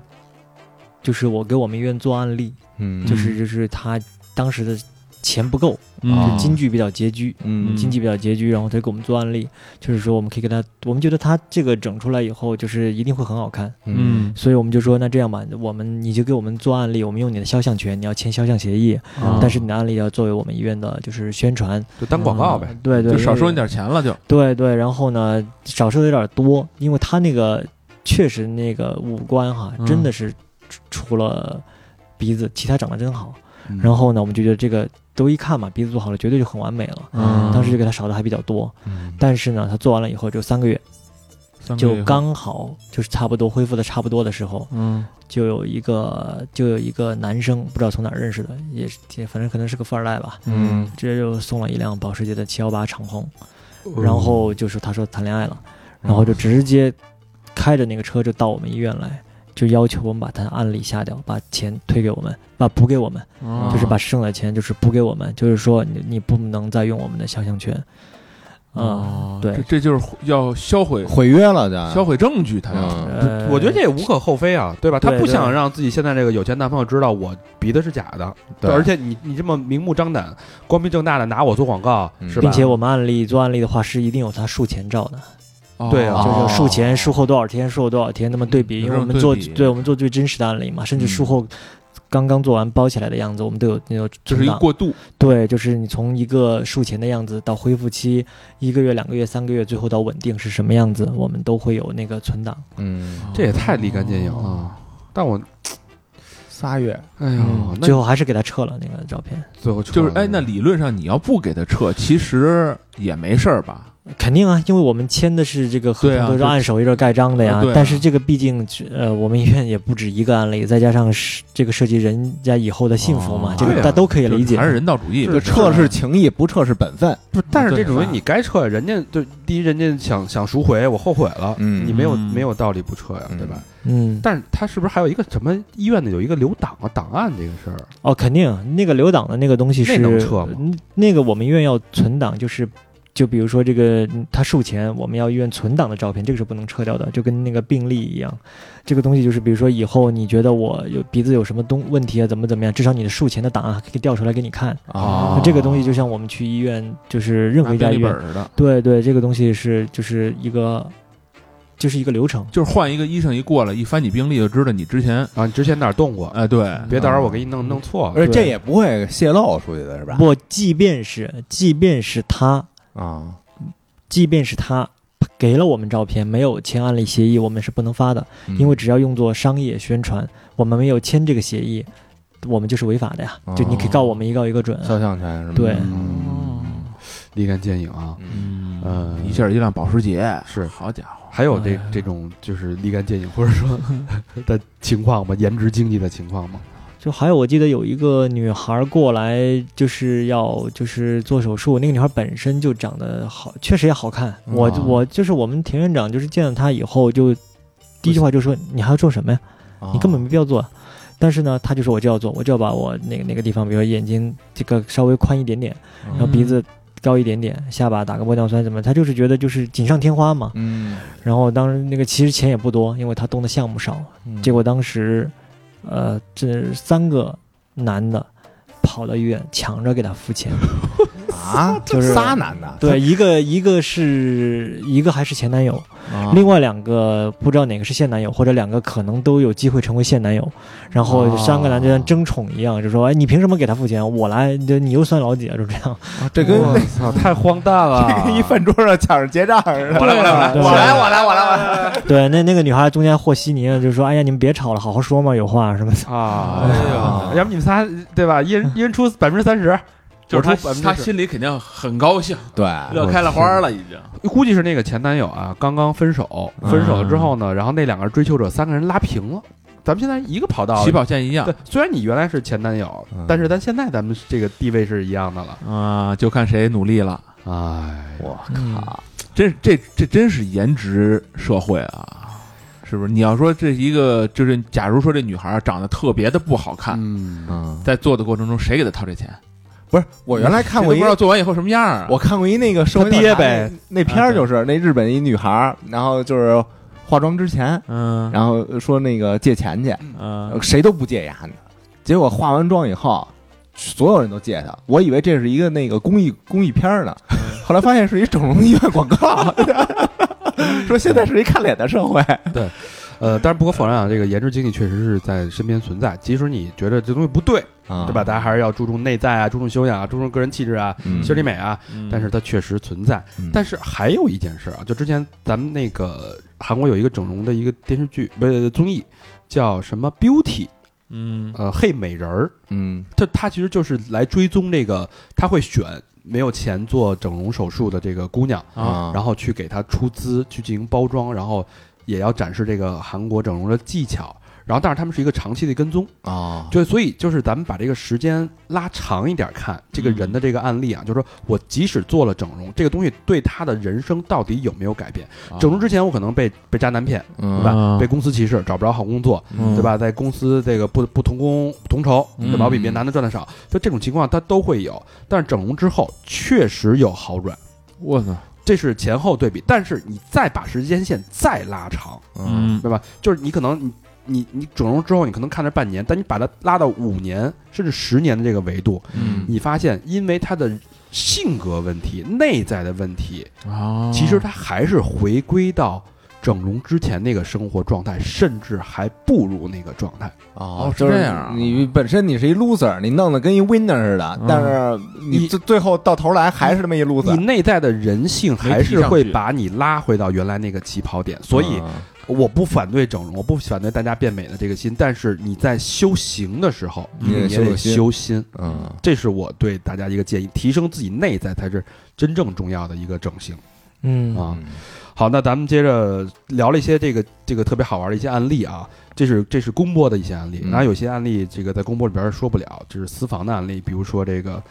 就是我给我们医院做案例，嗯就是就是她当时的钱不够，嗯就经济比较拮据，啊嗯经济比较拮据，然后她给我们做案例，就是说我们可以给她，我们觉得她这个整出来以后，就是一定会很好看，嗯所以我们就说那这样吧，我们你就给我们做案例，我们用你的肖像权，你要签肖像协议，啊嗯但是你的案例要作为我们医院的就是宣传就当广告呗，嗯对对，就少因为收你点钱了，就对对，然后呢，少说的有点多，因为他那个确实那个五官哈，嗯真的是除除了鼻子，其他长得真好。嗯然后呢，我们就觉得这个都一看嘛，鼻子做好了，绝对就很完美了。嗯当时就给他少的还比较多，嗯但是呢，他做完了以后就三个月，三个月以就后刚好就是差不多恢复的差不多的时候，嗯就有一个就有一个男生，不知道从哪儿认识的，也是也反正可能是个富二代吧，嗯直接就送了一辆保时捷的718长虹。哦然后就是他说谈恋爱了，然后就直接开着那个车就到我们医院来，就要求我们把他的案例下掉，把钱退给我们，把补给我们，哦嗯啊就是把剩的钱就是补给我们，就是说你你不能再用我们的肖像权，啊、哦对这这就是要销毁毁约了的，销毁证据，他要嗯，呃我觉得这也无可厚非啊，对吧？他对不对想让自己现在这个有钱男朋友知道我鼻的是假的，对而且你你这么明目张胆、光明正大的拿我做广告，嗯是吧？并且我们案例做案例的话是一定有他术前照的，对啊嗯就哦是术前术后多少天，术后多少天，那么对比，有因为这我种们做嗯对比我们做最真实的案例嘛，甚至嗯术后刚刚做完包起来的样子，我们都有那种就是存一档过渡，对，就是你从一个术前的样子到恢复期一个月、两个月、三个月，最后到稳定是什么样子，我们都会有那个存档。嗯，这也太立竿见影嗯了。但我，仨月，哎呦，哦那嗯最后还是给他撤了那个照片，最后撤就是了哎，那理论上你要不给他撤，其实也没事儿吧？肯定啊，因为我们签的是这个合对啊同，都是就按手印儿盖章的呀。啊对啊但是这个毕竟呃，我们医院也不止一个案例，再加上是这个涉及人家以后的幸福嘛，哦这个对啊大家都可以理就是解还。是人道主义吧，就撤是情义，不撤是本分，不是，但是这对种人吧你该撤，人家就第一，人家想想赎回，我后悔了，嗯你没有嗯没有道理不撤呀，对吧？嗯，但是他是不是还有一个什么医院的有一个留档啊档案这个事儿？哦，肯定那个留档的那个东西那是能撤吗嗯那个我们医院要存档，就是就比如说这个嗯他术前我们要医院存档的照片，这个是不能撤掉的，就跟那个病历一样。这个东西就是比如说以后你觉得我有鼻子有什么东问题啊，怎么怎么样，至少你的术前的档案还可以调出来给你看。啊那这个东西就像我们去医院，就是任何拿一家病医历本院，儿似的，对对，这个东西是就是一个就是一个流程。就是换一个医生一过来一翻你病历就知道你之前啊，你之前哪儿动过？哎对，嗯别到时候我给你弄弄错了。而且这也不会泄露出去的是吧？不，即便是即便是他啊，即便是他给了我们照片，没有签案例协议，我们是不能发的，嗯因为只要用作商业宣传，我们没有签这个协议，我们就是违法的呀。哦就你可以告我们一告一个准啊。肖像权是吗？对嗯立竿见影啊！嗯呃一下一辆保时捷，是好家伙，还有哎这呀这种就是立竿见影，或者 说的情况吗？颜值经济的情况吗？就还有，我记得有一个女孩过来，就是要就是做手术。那个女孩本身就长得好，确实也好看。我啊我就是我们田院长，就是见到她以后就第一句话就说：“你还要做什么呀？”啊你根本没必要做。但是呢，他就说我就要做，我就要把我那个那个地方，比如说眼睛这个稍微宽一点点，然后鼻子高一点点，下巴打个玻尿酸什么，他就是觉得就是锦上添花嘛。嗯，然后当时那个其实钱也不多，因为他动的项目少。嗯结果当时，呃，这三个男的跑到医院抢着给他付钱，啊，就是仨男的，对，一个一个是一个还是前男友，啊，另外两个不知道哪个是现男友，或者两个可能都有机会成为现男友，然啊后三个男就像争宠一样，就说：“哎，你凭什么给他付钱？我来，就你又算老几啊？”就这 样。这跟我操，啊太荒诞了！ 啊这跟一 饭桌上抢着结账似的，我来我来我来对我来，我来，我来，我来，对，那那个女孩中间和稀泥了，就说：“哎呀，你们别吵了，好好说嘛，有话什么的。啊，哎呀呀，要不你们仨对吧？一人一人出百分之三十，就是他我出百分之他十心里肯定很高兴， 对，乐开了花了已经。估计是那个前男友啊，刚刚分手，分手之后呢，然后那两个追求者三个人拉平了。咱们现在一个跑道起，跑线一样对，虽然你原来是前男友嗯，但是咱现在咱们这个地位是一样的了。啊，就看谁努力了。哎，我靠，这这这真是颜值社会啊，是不是？你要说这一个，就是假如说这女孩长得特别的不好看，嗯，嗯，在做的过程中，谁给她掏这钱？不是，我原来看过谁一都不知道做完以后什么样啊？我看过一那个社会他调爹查呗那，那片啊儿对就是那日本一女孩儿，然后就是化妆之前，嗯然后说那个借钱去，呃嗯谁都不借呀，结果化完妆以后。所有人都借他，我以为这是一个那个公益公益片儿呢， 后来发现是一整容医院广 告，说现在是一看脸的社会。呃，但是不可否认啊，这个颜值经济确实是在身边存在。即使你觉得这东西不对，啊对吧？大家还是要注重内在啊，注重修养啊，注重个人气质啊，嗯心理美啊。但是它确实存在。嗯但是还有一件事啊，就之前咱们那个韩国有一个整容的一个电视剧，不是综艺，叫什么 Beauty，嗯呃，嘿美人儿。嗯它它其实就是来追踪这个，他会选没有钱做整容手术的这个姑娘，啊，然后去给她出资去进行包装，然后也要展示这个韩国整容的技巧。然后但是他们是一个长期的跟踪，哦啊，就所以就是咱们把这个时间拉长一点看这个嗯人的这个案例啊，就是说我即使做了整容，这个东西对他的人生到底有没有改变？整容之前我可能被被渣男骗，对嗯吧？啊被公司歧视，找不着好工作，嗯对吧？在公司这个不不同工同酬，对吧？嗯我比别的男的赚的少，就这种情况他都会有。但是整容之后确实有好转，我操，这是前后对比。但是你再把时间线再拉长，嗯，对吧？就是你可能你你你整容之后，你可能看着半年，但你把它拉到五年甚至十年的这个维度，嗯你发现因为他的性格问题、内在的问题，啊，其实他还是回归到整容之前那个生活状态，甚至还不如那个状态。哦哦就是这样啊你本身你是一 loser，你弄得跟一 winner 似的嗯，但是你你最最后到头来还是这么一你 loser。内在的人性还没提是上会去把你拉回到原来那个起跑点，所以嗯我不反对整容，我不反对大家变美的这个心，但是你在修行的时候，你得你也嗯修得个心修心，嗯，这是我对大家一个建议，提升自己内在才是真正重要的一个整形嗯啊。好，那咱们接着聊了一些这个这个特别好玩的一些案例啊，这是这是公播的一些案例，嗯然后有些案例这个在公播里边说不了，这是私房的案例，比如说这个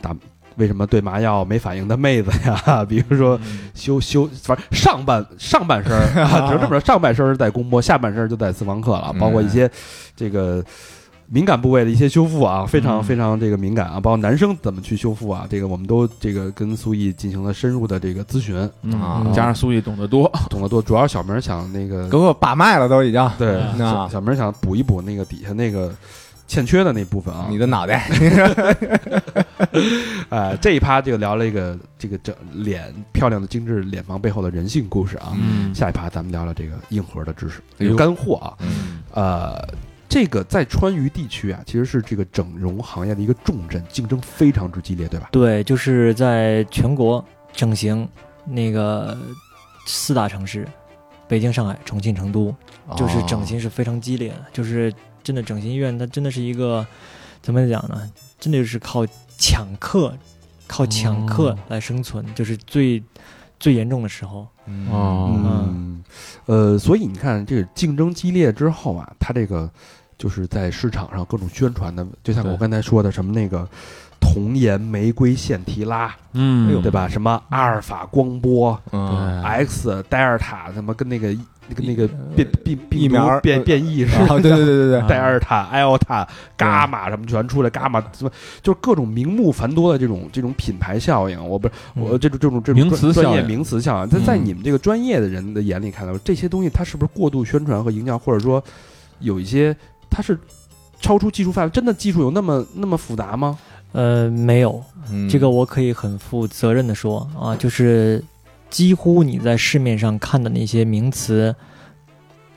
打为什么对麻药没反应的妹子呀， 比如说嗯修修，反正上半上半身 儿啊，只能这么说，上半身儿在公播，下半身儿就在私房课了，嗯包括一些这个。敏感部位的一些修复啊，非常嗯非常这个敏感啊，包括男生怎么去修复啊，这个我们都这个跟苏毅进行了深入的这个咨询，嗯啊加上苏毅懂得多，懂得多，主要小明想那个给我把脉了都已经，对啊小小明想补一补那个底下那个欠缺的那部分啊你。的脑袋，哎，这一趴就聊了一个这个整脸漂亮的精致脸庞背后的人性故事啊。嗯下一趴咱们聊聊这个硬核的知识，哎呦干货啊。嗯呃，这个在川渝地区啊，其实是这个整容行业的一个重镇，竞争非常之激烈，对吧？对，就是在全国整形那个四大城市，北京、上海、重庆、成都，哦就是哦整形是非常激烈的，就是真的整形医院它真的是一个怎么讲呢？真的就是靠抢客，靠抢客哦来生存，就是最最严重的时候。嗯哦嗯，呃，所以你看，这个竞争激烈之后啊，它这个就是在市场上各种宣传的，就像对我刚才说的，什么那个童颜玫瑰线提拉，嗯对？吧？什么阿尔法光波、嗯，哎 X 德尔塔，什么跟那个那个那个变病疫病毒苗变变异似的。 啊，对对对对对， 戴尔塔、艾奥塔、伽马什么全出来，伽马什么就是各种名目繁多的这种这种品牌效应，我不是我嗯这种这种这种名词专专效业应名词效应，在在嗯你们这个专业的人的眼里看来，这些东西它是不是过度宣传和营销，或者说有一些它是超出技术范围？真的技术有那么那么复杂吗？呃，没有，嗯这个我可以很负责任的说啊，就是几乎你在市面上看的那些名词，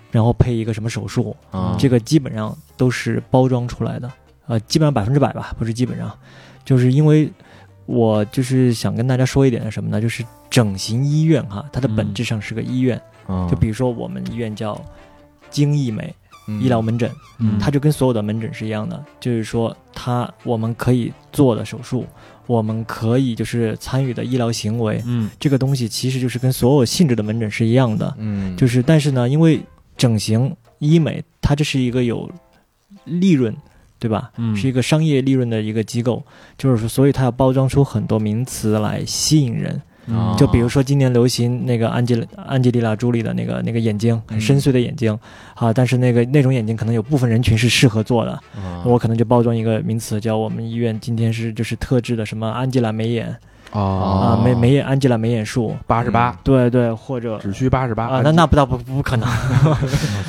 然后配一个什么手术，啊这个基本上都是包装出来的，呃，基本上百分之百吧，不是基本上，就是因为我就是想跟大家说一点什么呢？就是整形医院哈，嗯它的本质上是个医院，嗯就比如说我们医院叫精益美医疗门诊，嗯它就跟所有的门诊是一样的，就是说它我们可以做的手术，我们可以就是参与的医疗行为，嗯这个东西其实就是跟所有性质的门诊是一样的，嗯，就是是但是呢，因为整形医美它这是一个有利润，对吧？嗯是一个商业利润的一个机构，就是说，所以它要包装出很多名词来吸引人。哦啊嗯就比如说今年流行那个安吉安吉丽娜朱莉的那个那个眼睛，很深邃的眼睛、啊，但是那个那种眼睛可能有部分人群是适合做哦的，我可能就包装一个名词，叫我们医院今天是就是特制的什么安吉拉眉眼、哦啊，眉眉眼安吉拉眉眼术，八十八，嗯对对，或者只需八十八啊，那那不到不不可 能。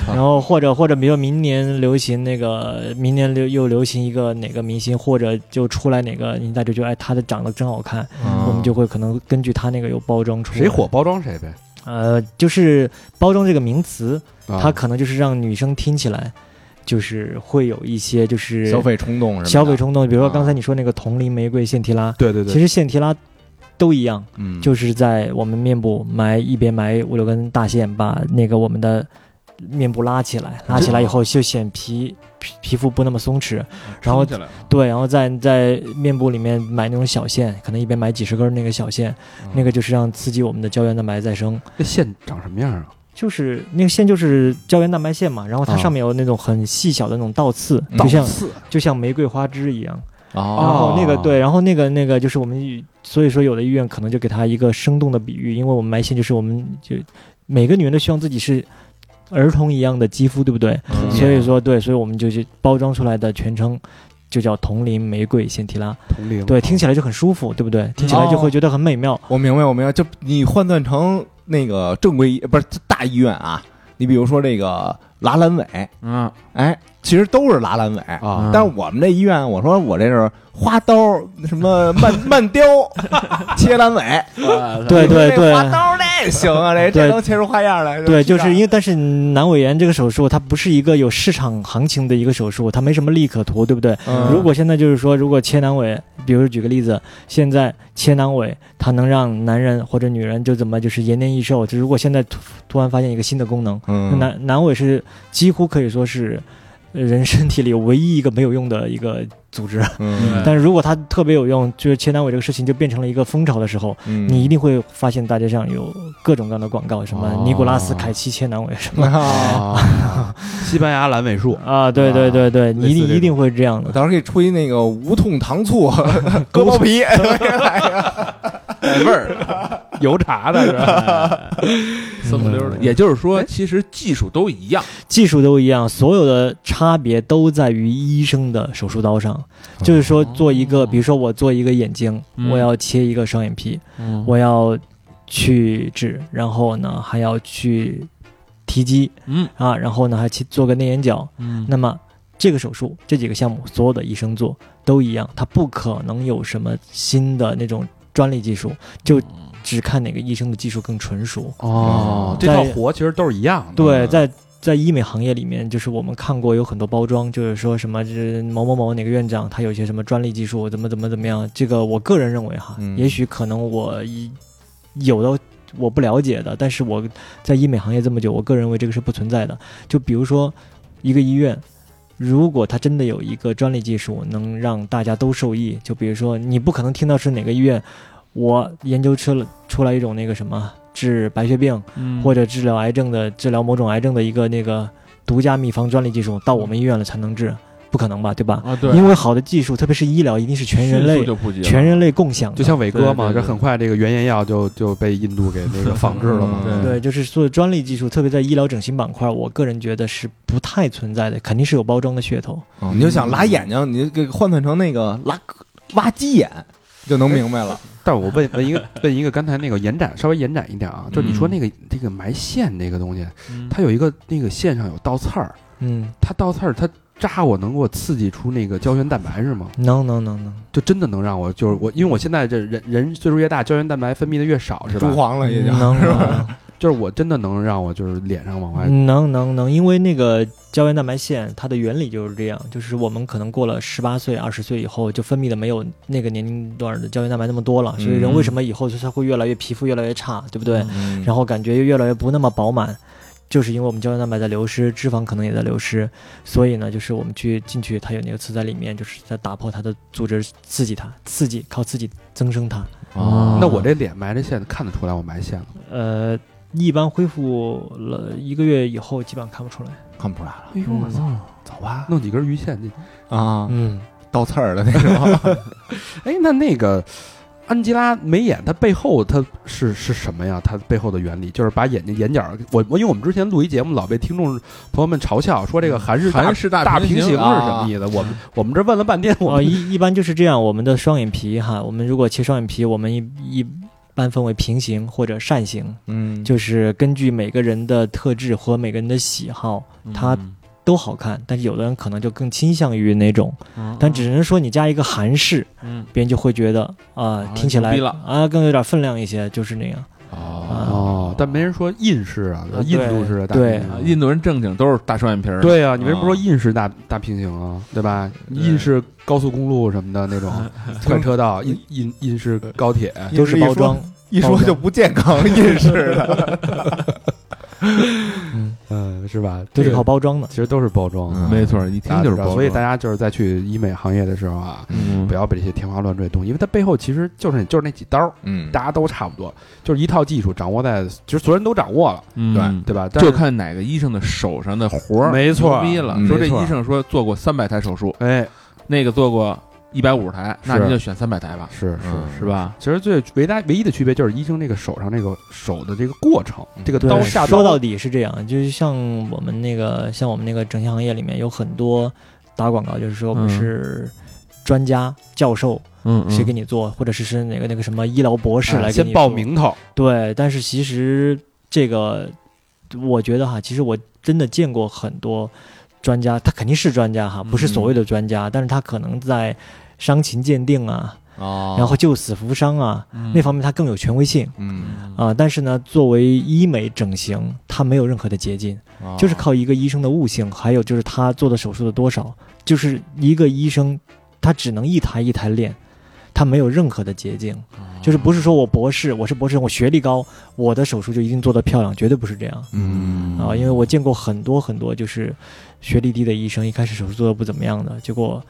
然后或者或者，比如明年流行那个，明年流又流行一个哪个明星，或者就出来哪个，你大家就觉得哎，他的长得真好看，嗯我们就会可能根据他那个有包装出来嗯谁火？包装谁呗。呃，就是包装这个名词，啊它可能就是让女生听起来，就是会有一些就是消费冲动是吧？消费冲动，比如说啊刚才你说那个同龄玫瑰线提拉，对对其对，实线提拉都一样。嗯，就是在我们面部埋一边埋五六根大线，把那个我们的面部拉起来，拉起来以后就显皮皮皮肤不那么松弛，然后撑起 来了对，然后在在面部里面埋那种小线，可能一边埋几十根那个小线，那个就是让刺激我们的胶原蛋白再生。那线长什么样啊？就是那个线就是胶原蛋白线嘛，然后它上面有那种很细小的那种倒刺，嗯就像刺就像玫瑰花枝一样。然哦后那个对，然后那个那个就是我们与，所以说有的医院可能就给他一个生动的比喻，因为我们埋线就是我们就每个女人都希望自己是儿童一样的肌肤，对不对？嗯所以说对，所以我们就是包装出来的全称就叫同林玫瑰腺提拉，同龄，嗯对，听起来就很舒服，对不对？听起来就会觉得很美妙。我明白，我明白，就你换算成那个正规医，不是大医院啊，你比如说这个拉阑尾，嗯哎，其实都是拉阑尾。啊，但是我们这医院，我说我这是花刀，什么 慢慢 雕，切阑尾，哦对对这对花刀那行啊，这这对能切出花样来。对，就是因为为但是阑尾炎这个手术，它不是一个有市场行情的一个手术，它没什么利可图，对不对？嗯如果现在就是说，如果切阑尾，比如举个例子，现在切阑尾，它能让男人或者女人就怎么就是延年益寿。就如果现在突突然发现一个新的功能，嗯那阑尾是几乎可以说是呃人身体里唯一一个没有用的一个组织。嗯但是如果它特别有用，就是切阑尾这个事情就变成了一个风潮的时候，嗯你一定会发现大街上有各种各样的广告，什哦么尼古拉斯凯奇切阑尾什 么。啊， 西班牙阑尾 术，啊，对对对对，你一定一定会这样我的。到时候可以出一那个无痛糖 醋割包皮，带味儿，油茶的是吧？酸嗯不溜的。哎也就是说，其实技术都一样，技术都一样，所有的差别都在于医生的手术刀上。就是说，做一个，比如说我做一个眼睛，嗯我要切一个双眼皮，我我要去脂，然后呢还要去提肌嗯啊，然后呢还去做个内眼角。嗯那么这个手术这几个项目，所有的医生做都一样，他不可能有什么新的那种专利技术，就只看哪个医生的技术更纯熟。哦，这套活其实都是一样的，嗯对，嗯在在医美行业里面，就是我们看过有很多包装，就是说什么就是某某某哪个院长他有些什么专利技术，怎么怎么怎么样。这个我个人认为哈，嗯也许可能我一有的我不了解的，但是我在医美行业这么久，我个人认为这个是不存在的。就比如说一个医院。如果他真的有一个专利技术能让大家都受益，就比如说你不可能听到是哪个医院，我研究出了出来一种那个什么治白血病，嗯或者治疗癌症的治疗某种癌症的一个那个独家秘方专利技术到我们医院了才能治，不可能吧？对吧？啊，对，因为好的技术，特别是医疗，一定是全人迅类速就普及了，全人类共享的。就像伟哥嘛，对对对这很快这个原研药就就被印度给 那个仿制了嘛。嗯对，就是所有专利技术，特别在医疗整形板块，我个人觉得是不太存在的，肯定是有包装的噱头。你就想拉眼睛，你就给换算成那个拉挖鸡眼，就能明白了。但我问问一个问一个，刚才那个延展稍微延展一点啊，就你说那个那个埋线那个东西，嗯，它有一个那个线上有倒刺儿，嗯，它倒刺儿它扎我能给我刺激出那个胶原蛋白是吗？能能能能，就真的能让我就是我，因为我现在这人人岁数越大，胶原蛋白分泌的越少是珠吧？黄了也就。嗯能 能。就是我真的能让我就是脸上往外嗯能能能，因为那个胶原蛋白线，它的原理就是这样，就是我们可能过了十八岁、二十岁以后，就分泌的没有那个年龄段的胶原蛋白那么多了，所以人为什么以后就才会越来越皮肤越来越差，对不对？嗯然后感觉又越来越不那么饱满，就是因为我们胶原蛋白在流失，脂肪可能也在流失，所以呢，就是我们去进去，它有那个刺在里面，就是在打破它的组织，刺激它，刺激靠刺激增生它，嗯那我这脸埋着线看得出来我埋线了吗。呃。一般恢复了一个月以后，基本上看不出来。看不出来了哎呦我操，走吧。弄几根鱼线进去。啊，嗯，倒刺儿的那 种。哎，那那个安吉拉眉眼，它背后它是是什么呀？它背后的原理就是把眼睛眼角，我我因为我们之前录一节目，老被听众朋友们嘲笑说这个韩式大韩式大大平平行是什啊么意思？我们我们这问了半天，我哦，们一一般就是这样。我们的双眼皮哈，我们如果切双眼皮，我们一一般分为平行或者扇形，嗯，就是根据每个人的特质和每个人的喜好它嗯都好看。但是有的人可能就更倾向于哪种，哦但只能说你加一个韩式，嗯别人就会觉得啊、啊听起来牛逼了啊更有点分量一些，就是那样。哦，但没人说印式啊，啊印度式的大对平行啊印度人正经都是大双眼皮儿，对啊，你为什么不说啊印式大大平行啊？对吧？对印式高速公路什么的那种快车道，印印印式高铁，都是包装，一说就不健康，印式的。嗯，是吧？都是这个靠包装的。其实都是包装，嗯没错，一听就是包装。所以大家就是在去医美行业的时候啊，嗯不要被这些天花乱坠的东西，因为它背后其实就是就是那几刀儿，嗯，大家都差不多，就是一套技术掌握在，其实所有人都掌握了，嗯对吧？但就是看哪个医生的手上的活儿，没错牛逼了。嗯说这没错医生说做过三百台手术，哎，那个做过一百五十台，那是您就选三百台吧，是是。嗯是吧？其实最唯大唯一的区别就是医生这个手上这个手的这个过程，这个刀对下说刀到底是这样，就是像我们那个像我们那个整形行业里面有很多打广告，就是说我们嗯是专家、教授，嗯谁给你做，或者是是哪个那个什么医疗博士啊来给先你嗯报做名头，对，但是其实这个，我觉得哈，其实我真的见过很多专家，他肯定是专家哈，不是所嗯谓的专家，但是他可能在伤情鉴定啊，哦然后救死扶伤啊、嗯那方面他更有权威性嗯，啊、但是呢，作为医美整形，它没有任何的捷径，哦就是靠一个医生的悟性，还有就是他做的手术的多少，就是一个医生他只能一台一台练，他没有任何的捷径。哦就是不是说我博士，我是博士生，我学历高，我的手术就一定做得漂亮，绝对不是这样嗯啊！因为我见过很多很多就是学历低的医生，一开始手术做得不怎么样的，结果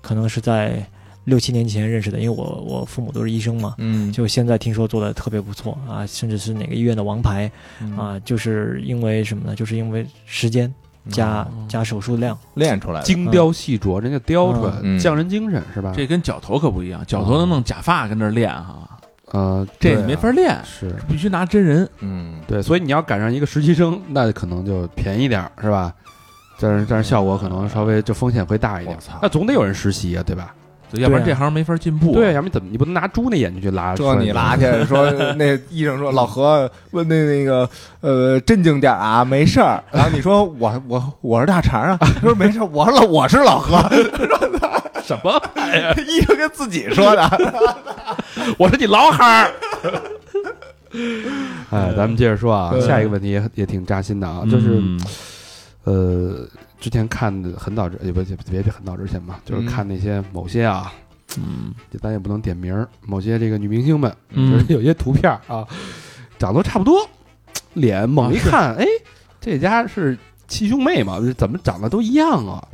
可能是在六七年前认识的，因为我我父母都是医生嘛，嗯就现在听说做的特别不错啊，甚至是哪个医院的王牌嗯啊，就是因为什么呢？就是因为时间嗯加加手术量，练出来的，精雕细琢，人家雕出来嗯的，匠人精神是吧？这跟绞头可不一嗯样，绞头能弄假发跟那儿练哈，呃，这对你啊没法练，是必须拿真人。嗯，对，所以你要赶上一个实习生，那可能就便宜点儿，是吧？但是但是效果可能稍微就风险会大一点我操，那总得有人实习啊，对吧？对要不然对这啊行没法进步。对，，要不然你怎么你不能拿猪那眼睛去拉？这你拉拉去说，那医生说老何问那那个呃镇静点啊，没事儿。然后你说我我我是大肠 啊，他说没事儿，我是老我是老 何，什么？ 医生跟自己说的。我是你老汉儿。哎，咱们接着说啊，嗯下一个问题也也挺扎心的嗯啊，就是呃，之前看的很早之，也不也别别很早之前吧，就是嗯看那些某些啊，嗯就咱也不能点名儿，某些这个女明星们，就嗯是有些图片儿啊，长得都差不多，脸猛一看，哎，这家是七兄妹嘛，怎么长得都一样啊？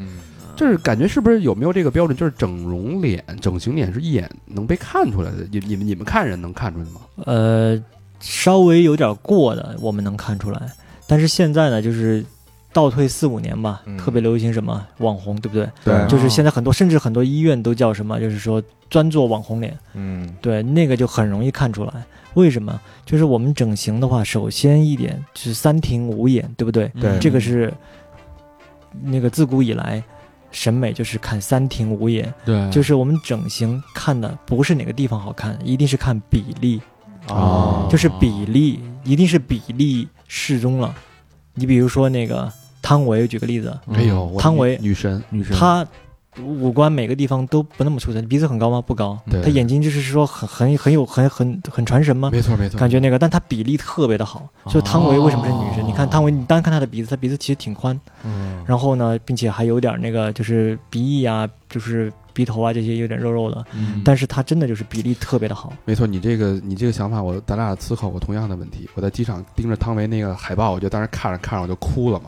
就是感觉是不是有没有这个标准？就是整容脸、整形脸是一眼能被看出来的。你你们你们看人能看出来吗？呃，稍微有点过的，我们能看出来。但是现在呢，就是倒退四五年吧，嗯特别流行什么网红，对不对？对就是现在很多，甚至很多医院都叫什么，就是说专做网红脸。嗯对，那个就很容易看出来。为什么？就是我们整形的话，首先一点是三庭五眼，对不对？对这个是那个自古以来审美就是看三庭五眼，对，就是我们整形看的不是哪个地方好看，一定是看比例。哦就是比例一定是比例适中了。你比如说那个汤唯，举个例子，嗯哎呦，我汤女唯女神，女生，她五官每个地方都不那么出彩，鼻子很高吗？不高。对她眼睛就是说很很很有很很很传神吗？没错没错，感觉那个，但她比例特别的好，哦所以汤唯为什么是女神？你看汤唯，你单看她的鼻子，她鼻子其实挺宽，嗯然后呢，并且还有点那个就是鼻翼啊，就是鼻头啊这些有点肉肉的，嗯但是她真的就是比例特别的好。没错，你这个你这个想法，我咱俩思考过同样的问题。我在机场盯着汤唯那个海报，我就当时看着看着我就哭了嘛，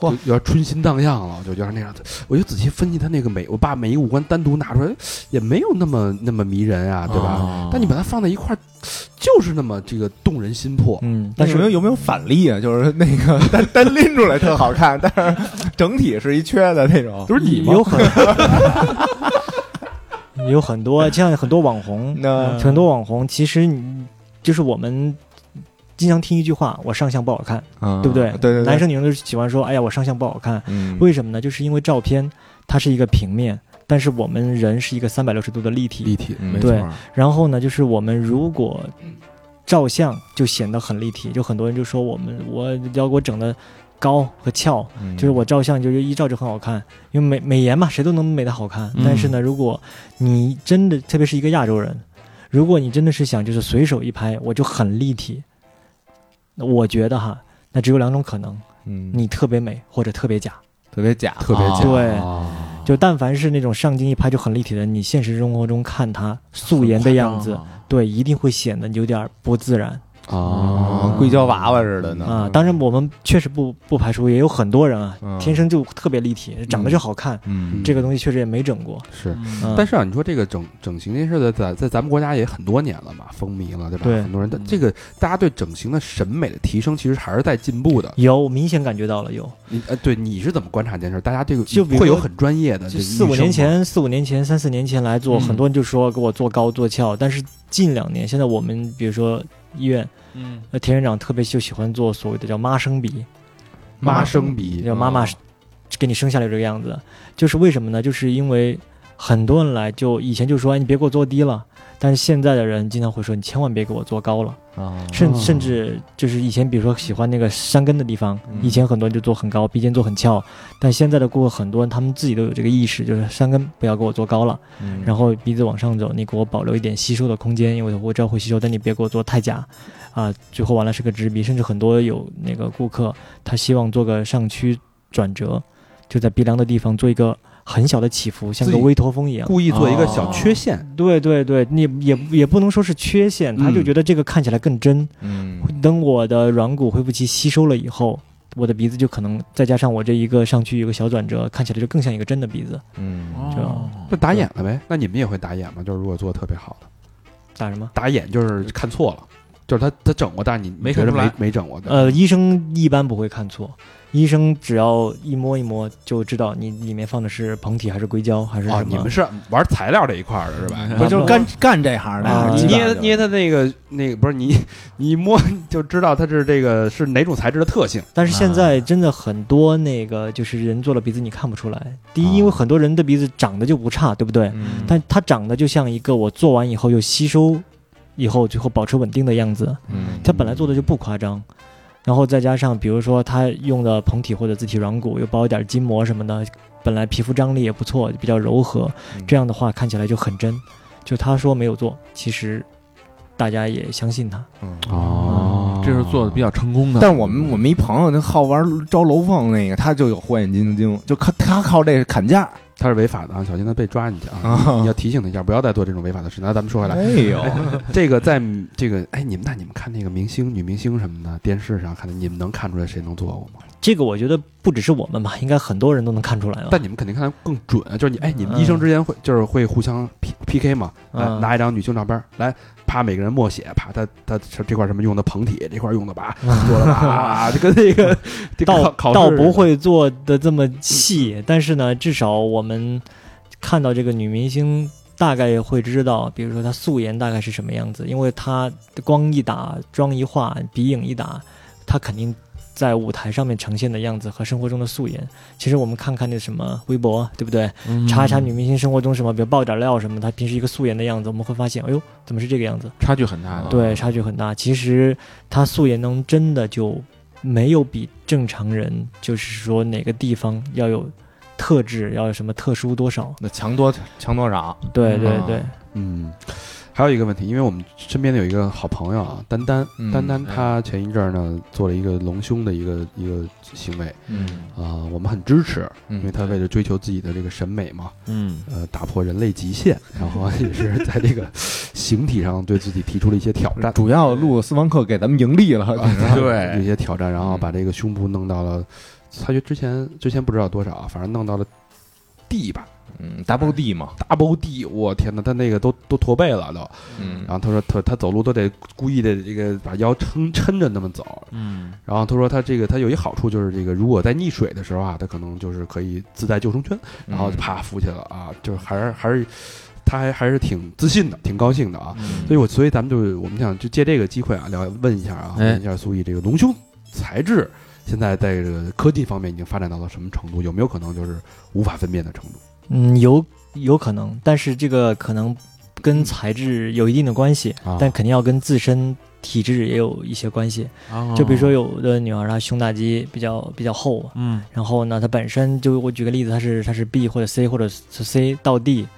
嚯就有点春心荡漾了，我就觉得那样子。我就仔细分析他那个美，我把每一个五官单独拿出来，也没有那么那么迷人啊，对吧？哦但你把它放在一块儿，就是那么这个动人心魄。嗯，但但是有是没有有没有反例啊？ 就是那个单单拎出来特好看，但 是整体是一缺的那种。就是你吗？有很 有很多，像很多网红，那很多网红其实你就是我们经常听一句话：“我上相不好看”，对对不对？啊对对，男生女生都喜欢说：“哎呀，我上相不好看。嗯为什么呢？就是因为照片它是一个平面，但是我们人是一个三百六十度的立体。立体，嗯没对错然后呢，就是我们如果照相就显得很立体，就很多人就说我们我要给我整的高和翘，嗯就是我照相就是一照就很好看，因为美美颜嘛，谁都能美得好看嗯。但是呢，如果你真的，特别是一个亚洲人，如果你真的是想就是随手一拍，我就很立体，那我觉得哈，那只有两种可能，嗯你特别美或者特别假。特别假，特别假。对啊就但凡是那种上镜一拍就很立体的，你现实生活中看他素颜的样子，，对，一定会显得有点不自然。啊，硅胶娃娃似的呢。啊。当然，我们确实不不排除也有很多人啊，嗯天生就特别立体，长得就好看。嗯这个东西确实也没整过，是。嗯但是啊，你说这个整整形这件事在在在咱们国家也很多年了嘛，风靡了，对吧？对很多人的这个大家对整形的审美的提升，其实还是在进步的。有明显感觉到了有。你呃，对，你是怎么观察这件事？大家这个就比如会有很专业的这就个四医五生年吗，前、四五年前、三四年前来做，嗯很多人就说给我做高做翘，但是近两年，现在我们比如说医院，嗯，呃，田院长特别就喜欢做所谓的叫妈生鼻，妈生鼻叫妈妈给你生下来这个样子，就是为什么呢？就是因为很多人来就以前就说，哎，你别给我做低了。但是现在的人经常会说，你千万别给我做高了，啊，甚哦甚至就是以前，比如说喜欢那个山根的地方，嗯以前很多人就做很高，鼻尖做很翘，但现在的顾客很多人他们自己都有这个意识，就是山根不要给我做高了。嗯然后鼻子往上走，你给我保留一点吸收的空间，因为我知道会吸收，但你别给我做太假，啊，最后完了是个直鼻，甚至很多有那个顾客他希望做个上屈转折，就在鼻梁的地方做一个很小的起伏，像个自己微驼峰一样。故意做一个小缺陷，对对对，你也也不能说是缺陷，他就嗯觉得这个看起来更真。嗯等我的软骨恢复期吸收了以后，我的鼻子就可能再加上我这一个上去有个小转折，看起来就更像一个真的鼻子。嗯这哦样，那打眼了呗？那你们也会打眼吗？就是如果做的特别好的，打什么？打眼就是看错了，就是他他整过，但是你没你觉看得出来没没整过的。呃，医生一般不会看错，医生只要一摸一摸就知道你里面放的是膨体还是硅胶还是啊，什你么。们是玩材料这一块儿的是嗯吧？哦啊不就是干干这行啊的，基本你捏上就捏它那个那个不是你你一摸就知道它是这个是哪种材质的特性。但是现啊在真的很多那个就是人做了鼻子你看不出来，第一，啊因为很多人的鼻子长得就不差，对不对？嗯但它长得就像一个我做完以后又吸收，以后最后保持稳定的样子。嗯它本来做的就不夸张，然后再加上比如说它用的膨体或者自体软骨，又包一点筋膜什么的，本来皮肤张力也不错，比较柔和，嗯这样的话看起来就很真。就他说没有做，其实大家也相信他。嗯哦这是做的比较成功的。但我们我们一朋友那好玩招楼凤那个，他就有火眼金睛，就靠他靠这个砍价。它是违法的啊，小心它被抓进去啊！哦啊你要提醒他一下，不要再做这种违法的事。那咱们说哎回来，哎呦，这个在这个哎，你们那你们看那个明星、女明星什么的，电视上看的，你们能看出来谁能做过吗？这个我觉得不只是我们吧，应该很多人都能看出来啊吧。但你们肯定看的更准，就是你哎，你们嗯医生之间会就是会互相 P P K 嘛，来嗯拿一张女性照片来，啪每个人默写，啪他他这块什么用的膨体，这块用的吧，做了吧，啊就跟那个这嗯倒考考试倒似的不会做的这么细，但是呢，至少我们看到这个女明星。大概会知道，比如说她素颜大概是什么样子，因为她光一打、妆一化、鼻影一打，她肯定在舞台上面呈现的样子和生活中的素颜。其实我们看看那什么微博，对不对？嗯查一查女明星生活中什么，比如爆点料什么，她平时一个素颜的样子，我们会发现，哎呦，怎么是这个样子？差距很大的，对，差距很大。其实她素颜能真的就没有比正常人，就是说哪个地方要有特质，要有什么特殊多少？ 那强多强多少？对对嗯对，嗯，还有一个问题，因为我们身边的有一个好朋友啊，丹丹，嗯丹丹哎她前一阵儿呢做了一个隆胸的一个一个行为嗯啊、我们很支持，嗯因为她为了追求自己的这个审美嘛，嗯，呃，打破人类极限，然后 也是在这个形体上对自己提出了一些挑战，主要录私房课给咱们盈利了，有一对，些挑战，然后把这个胸部弄到了，她就之前之前不知道多少，啊反正弄到了 D 吧嗯，double D 嘛， ，double D，我天哪，她那个都都驼背了都。嗯然，后他说他他走路都得故意的这个把腰撑撑着那么走。嗯，然后他说他这个他有一好处就是这个如果在溺水的时候啊，他可能就是可以自带救生圈，嗯然嗯后啪浮起来了啊，就是还是还是他还还是挺自信的，挺高兴的嗯啊。所以我所以咱们就我们想就借这个机会啊，聊问一下啊，哎问一下苏毅这个隆胸材质。现在在这个科技方面已经发展到了什么程度？有没有可能就是无法分辨的程度？嗯，有有可能，但是这个可能跟材质有一定的关系，嗯啊但肯定要跟自身体质也有一些关系。哦就比如说，有的女孩她胸大肌比较比较厚，嗯，然后呢，它本身就我举个例子，它是它是 B 或者 C 或者是 C 到 D，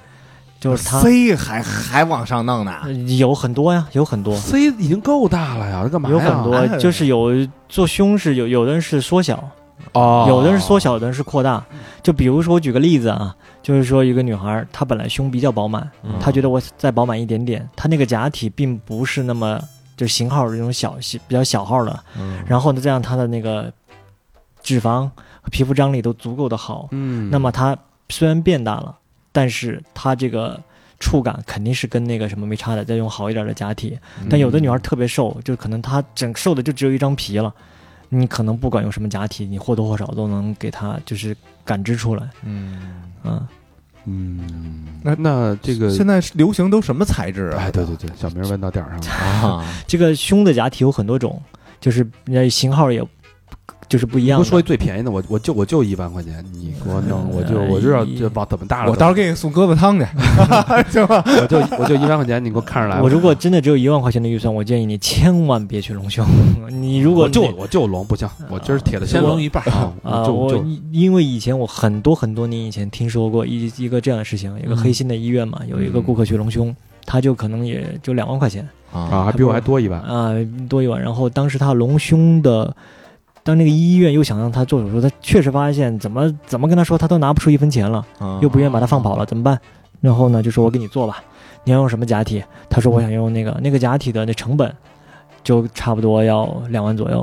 就是它 C 还还往上弄呢，呃有很多呀，有很多， C 已经够大了呀，干嘛呀？有很哎多，呀就是有做胸是有有的人是缩小，哦，有的人是缩小，有的人是扩大。就比如说我举个例子啊，就是说一个女孩儿，她嗯本来胸比较饱满，她觉得我再饱满一点点，她那个假体并不是那么就是型号的这种小小比较小号的，嗯然后呢，再让它的那个脂肪、皮肤张力都足够的好，嗯那么它虽然变大了，但是它这个触感肯定是跟那个什么没差的。再用好一点的假体，但嗯有的女孩特别瘦，就可能她整瘦的就只有一张皮了，你可能不管用什么假体，你或多或少都能给她就是感知出来。嗯，嗯，嗯，那那那这个，现在流行都什么材质啊？哎，对对对，小明问到点儿上了。啊，这个胸的假体有很多种，就是那型号也就是不一你样哎给我的。说一最便宜的，我我就我就一万块钱，你给我弄，我就我就要这往怎么大了，我到时候给你送鸽子 汤去，行吧？我就我就一万块钱，你给我看着来吧。我如果真的只有一万块钱的预算，我建议你千万别去隆胸。你啊如果我就我就龙不行，我今儿铁的先龙隆一半儿，啊，啊、就我就因因为以前我很多很多年以前听说过一一个这样的事情，有个黑心的医院嘛，有一个顾客去隆胸，他就可能也就两万块钱啊，还比我还多一万。啊、多一万，然后当时他隆胸的。当那个医院又想让他做手术，他确实发现怎么怎么跟他说，他都拿不出一分钱了，啊又不愿意把他放跑了，怎么办？然后呢，就说我给你做吧，你要用什么假体？他说我想用那个那个假体的那成本就差不多要两万左右，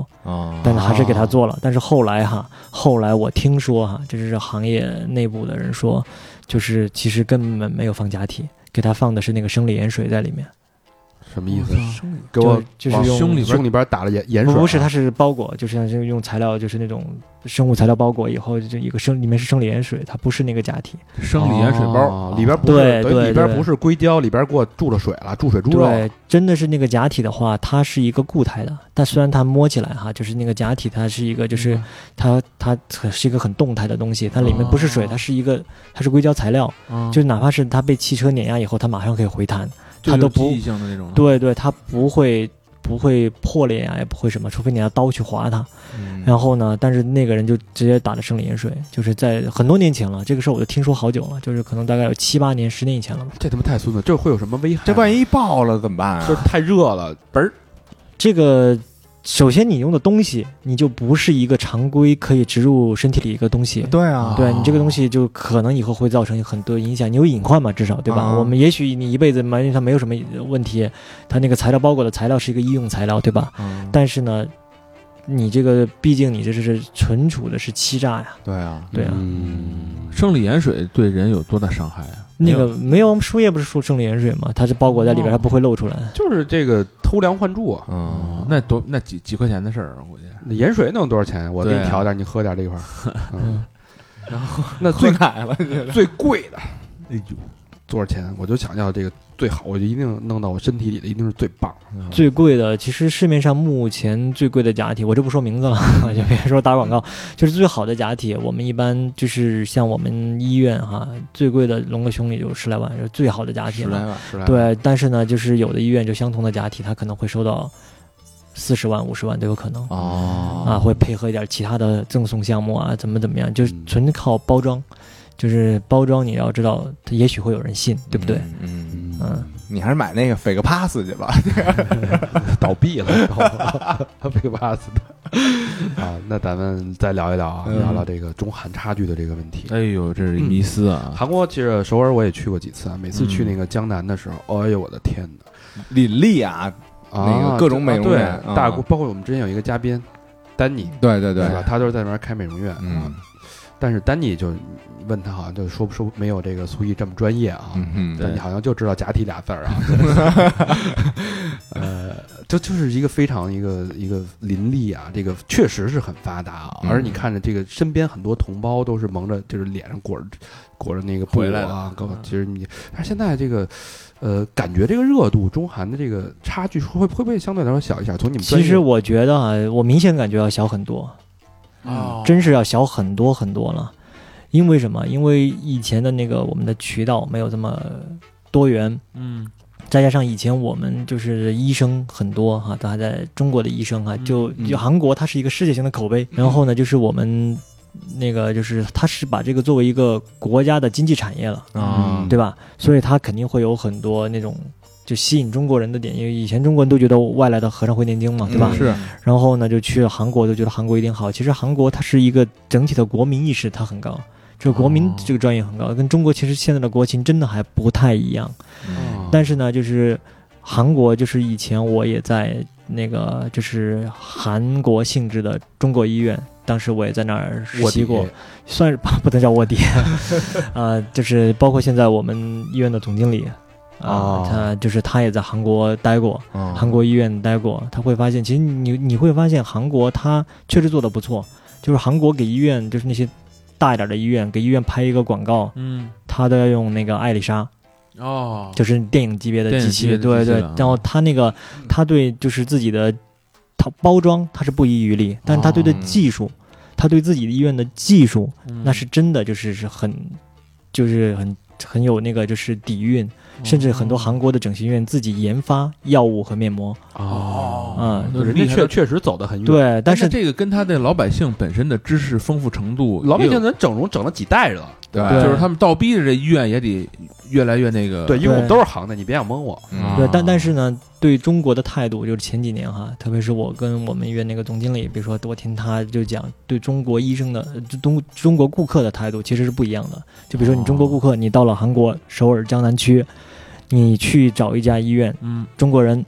啊，哦但是还是给他做了。但是后来哈，后来我听说哈，就是行业内部的人说，就是其实根本没有放假体，给他放的是那个生理盐水在里面，什么意思？给就我就是往用胸里胸里边打了盐盐水啊，不是，它是包裹，就像是用材料，就是那种生物材料包裹以后，就一个生里面是生理盐水，它不是那个假体。生理盐水包嗯哦里边不是对等于对里边对不是硅胶，里边给我注了水了，注水猪肉了。对，真的是那个假体的话，它是一个固态的，但虽然它摸起来哈，就是那个假体，它是一个嗯就是它它是一个很动态的东西，它里面不是水，它是一个它是硅胶材料，嗯就哪怕是它被汽车碾压以后，它马上可以回弹，它都不记忆性的那种，对对，它不会不会破裂啊，也不会什么，除非你拿刀去划它。嗯然后呢，但是那个人就直接打了生理盐水，就是在很多年前了，这个事儿我就听说好久了，就是可能大概有七八年、十年以前了吧。这他妈太孙子，这会有什么危害？这万一爆了怎么办就是啊？太热了，嘣儿这个首先你用的东西，你就不是一个常规可以植入身体里一个东西。对啊，对你这个东西就可能以后会造成很多影响，你有隐患嘛，至少对吧？啊我们也许你一辈子埋怨它没有什么问题，它那个材料包裹的材料是一个医用材料，对吧？嗯但是呢，你这个毕竟你这是存储的是欺诈呀，对啊，对啊，嗯，生理盐水对人有多大伤害啊？那个没有，我们输液不是输生理盐水吗？它是包裹在里边，哦它不会漏出来。就是这个偷梁换柱啊。哦嗯，，那多那几几块钱的事儿啊，我估计。那盐水能多少钱？我给对你啊调点，你喝点这 块儿。嗯，然后那最奶了，最贵的哎呦，多少钱？我就想要这个最好，我就一定弄到我身体里的，一定是最棒。最贵的，其实市面上目前最贵的假体，我这不说名字了， 就别说打广告，就是最好的假体，我们一般就是像我们医院哈，最贵的隆个胸也就十来万，是最好的假体十了。来万，十来万，对，但是呢，就是有的医院就相同的假体，它可能会收到四十万、五十万都有可能。哦啊，会配合一点其他的赠送项目啊，怎么怎么样，就是嗯纯靠包装，就是包装，你要知道，它也许会有人信，对不对？？嗯，嗯，你还是买那个 fake pass 去吧。 倒闭了， 然后被挖死的啊。那咱们再聊一聊啊，嗯聊聊这个中韩差距的这个问题。哎呦，这是一迷思啊！韩国其实首尔我也去过几次啊，每次去嗯那个江南的时候，哎呦我的天哪！李丽啊，那个啊各种这美容院啊对嗯大姑，包括我们之前有一个嘉宾丹尼，对对对是，吧？他都是在那边开美容院，啊嗯。但是丹尼就你问他，好像就说不说没有这个苏毅这么专业啊。嗯丹嗯，尼好像就知道“假体”俩字儿啊， 呃，这就是一个非常一个一个林立啊，这个确实是很发达啊。嗯而你看着这个身边很多同胞都是蒙着，就是脸上裹着裹着那个布回来啊，搞嗯其实你，但是现在这个，呃，感觉这个热度，中韩的这个差距会会不会相对来说小一点？从你们专其业实我觉得啊，我明显感觉要小很多，嗯嗯哦真是要小很多很多了。因为什么？因为以前的那个我们的渠道没有这么多元，嗯，再加上以前我们就是医生很多哈、都还在中国的医生哈、就嗯就韩国它是一个世界性的口碑。然后呢，就是我们那个就是它是把这个作为一个国家的经济产业了，嗯嗯啊，嗯对吧？所以它肯定会有很多那种就吸引中国人的点，因为以前中国人都觉得外来的和尚会念经嘛，对吧？嗯是然后呢，就去了韩国，就觉得韩国一定好。其实韩国它是一个整体的国民意识，它很高，这个国民哦这个嗯专业很高，跟中国其实现在的国情真的还不太一样。哦但是呢，就是韩国就是以前我也在那个就是韩国性质的中国医院，当时我也在那儿实卧习底过，算是不能叫卧底， 呃，就是包括现在我们医院的总经理啊、哦他就是他也在韩国待过，嗯韩国医院待过，他会发现，其实你你会发现韩国他确实做的不错，就是韩国给医院就是那些大一点的医院给医院拍一个广告，嗯，他都要用那个艾丽莎，哦，就是电影级别的电影机级别器，的对机器对了啊。然后他那个他对就是自己的他包装他是不遗余力，但是他对的哦技术，他对自己的医院的技术，嗯那是真的就是是很就是很很有那个就是底蕴，哦甚至很多韩国的整形医院自己研发药物和面膜，哦，嗯，那人厉家害确了确实走得很远。，对，但是那这个跟他的老百姓本身的知识丰富程度也有，老百姓人整容整了几代人了，对对就是他们倒逼着这医院也得越来越那个，对，因为我们对都是行的，你别想蒙我。嗯对，但但是呢，对中国的态度，就是前几年哈，特别是我跟我们医院那个总经理，比如说我听他就讲，对中国医生的呃就中中国顾客的态度其实是不一样的。就比如说你中国顾客，你到了韩国首尔江南区，你去找一家医院，嗯，中国人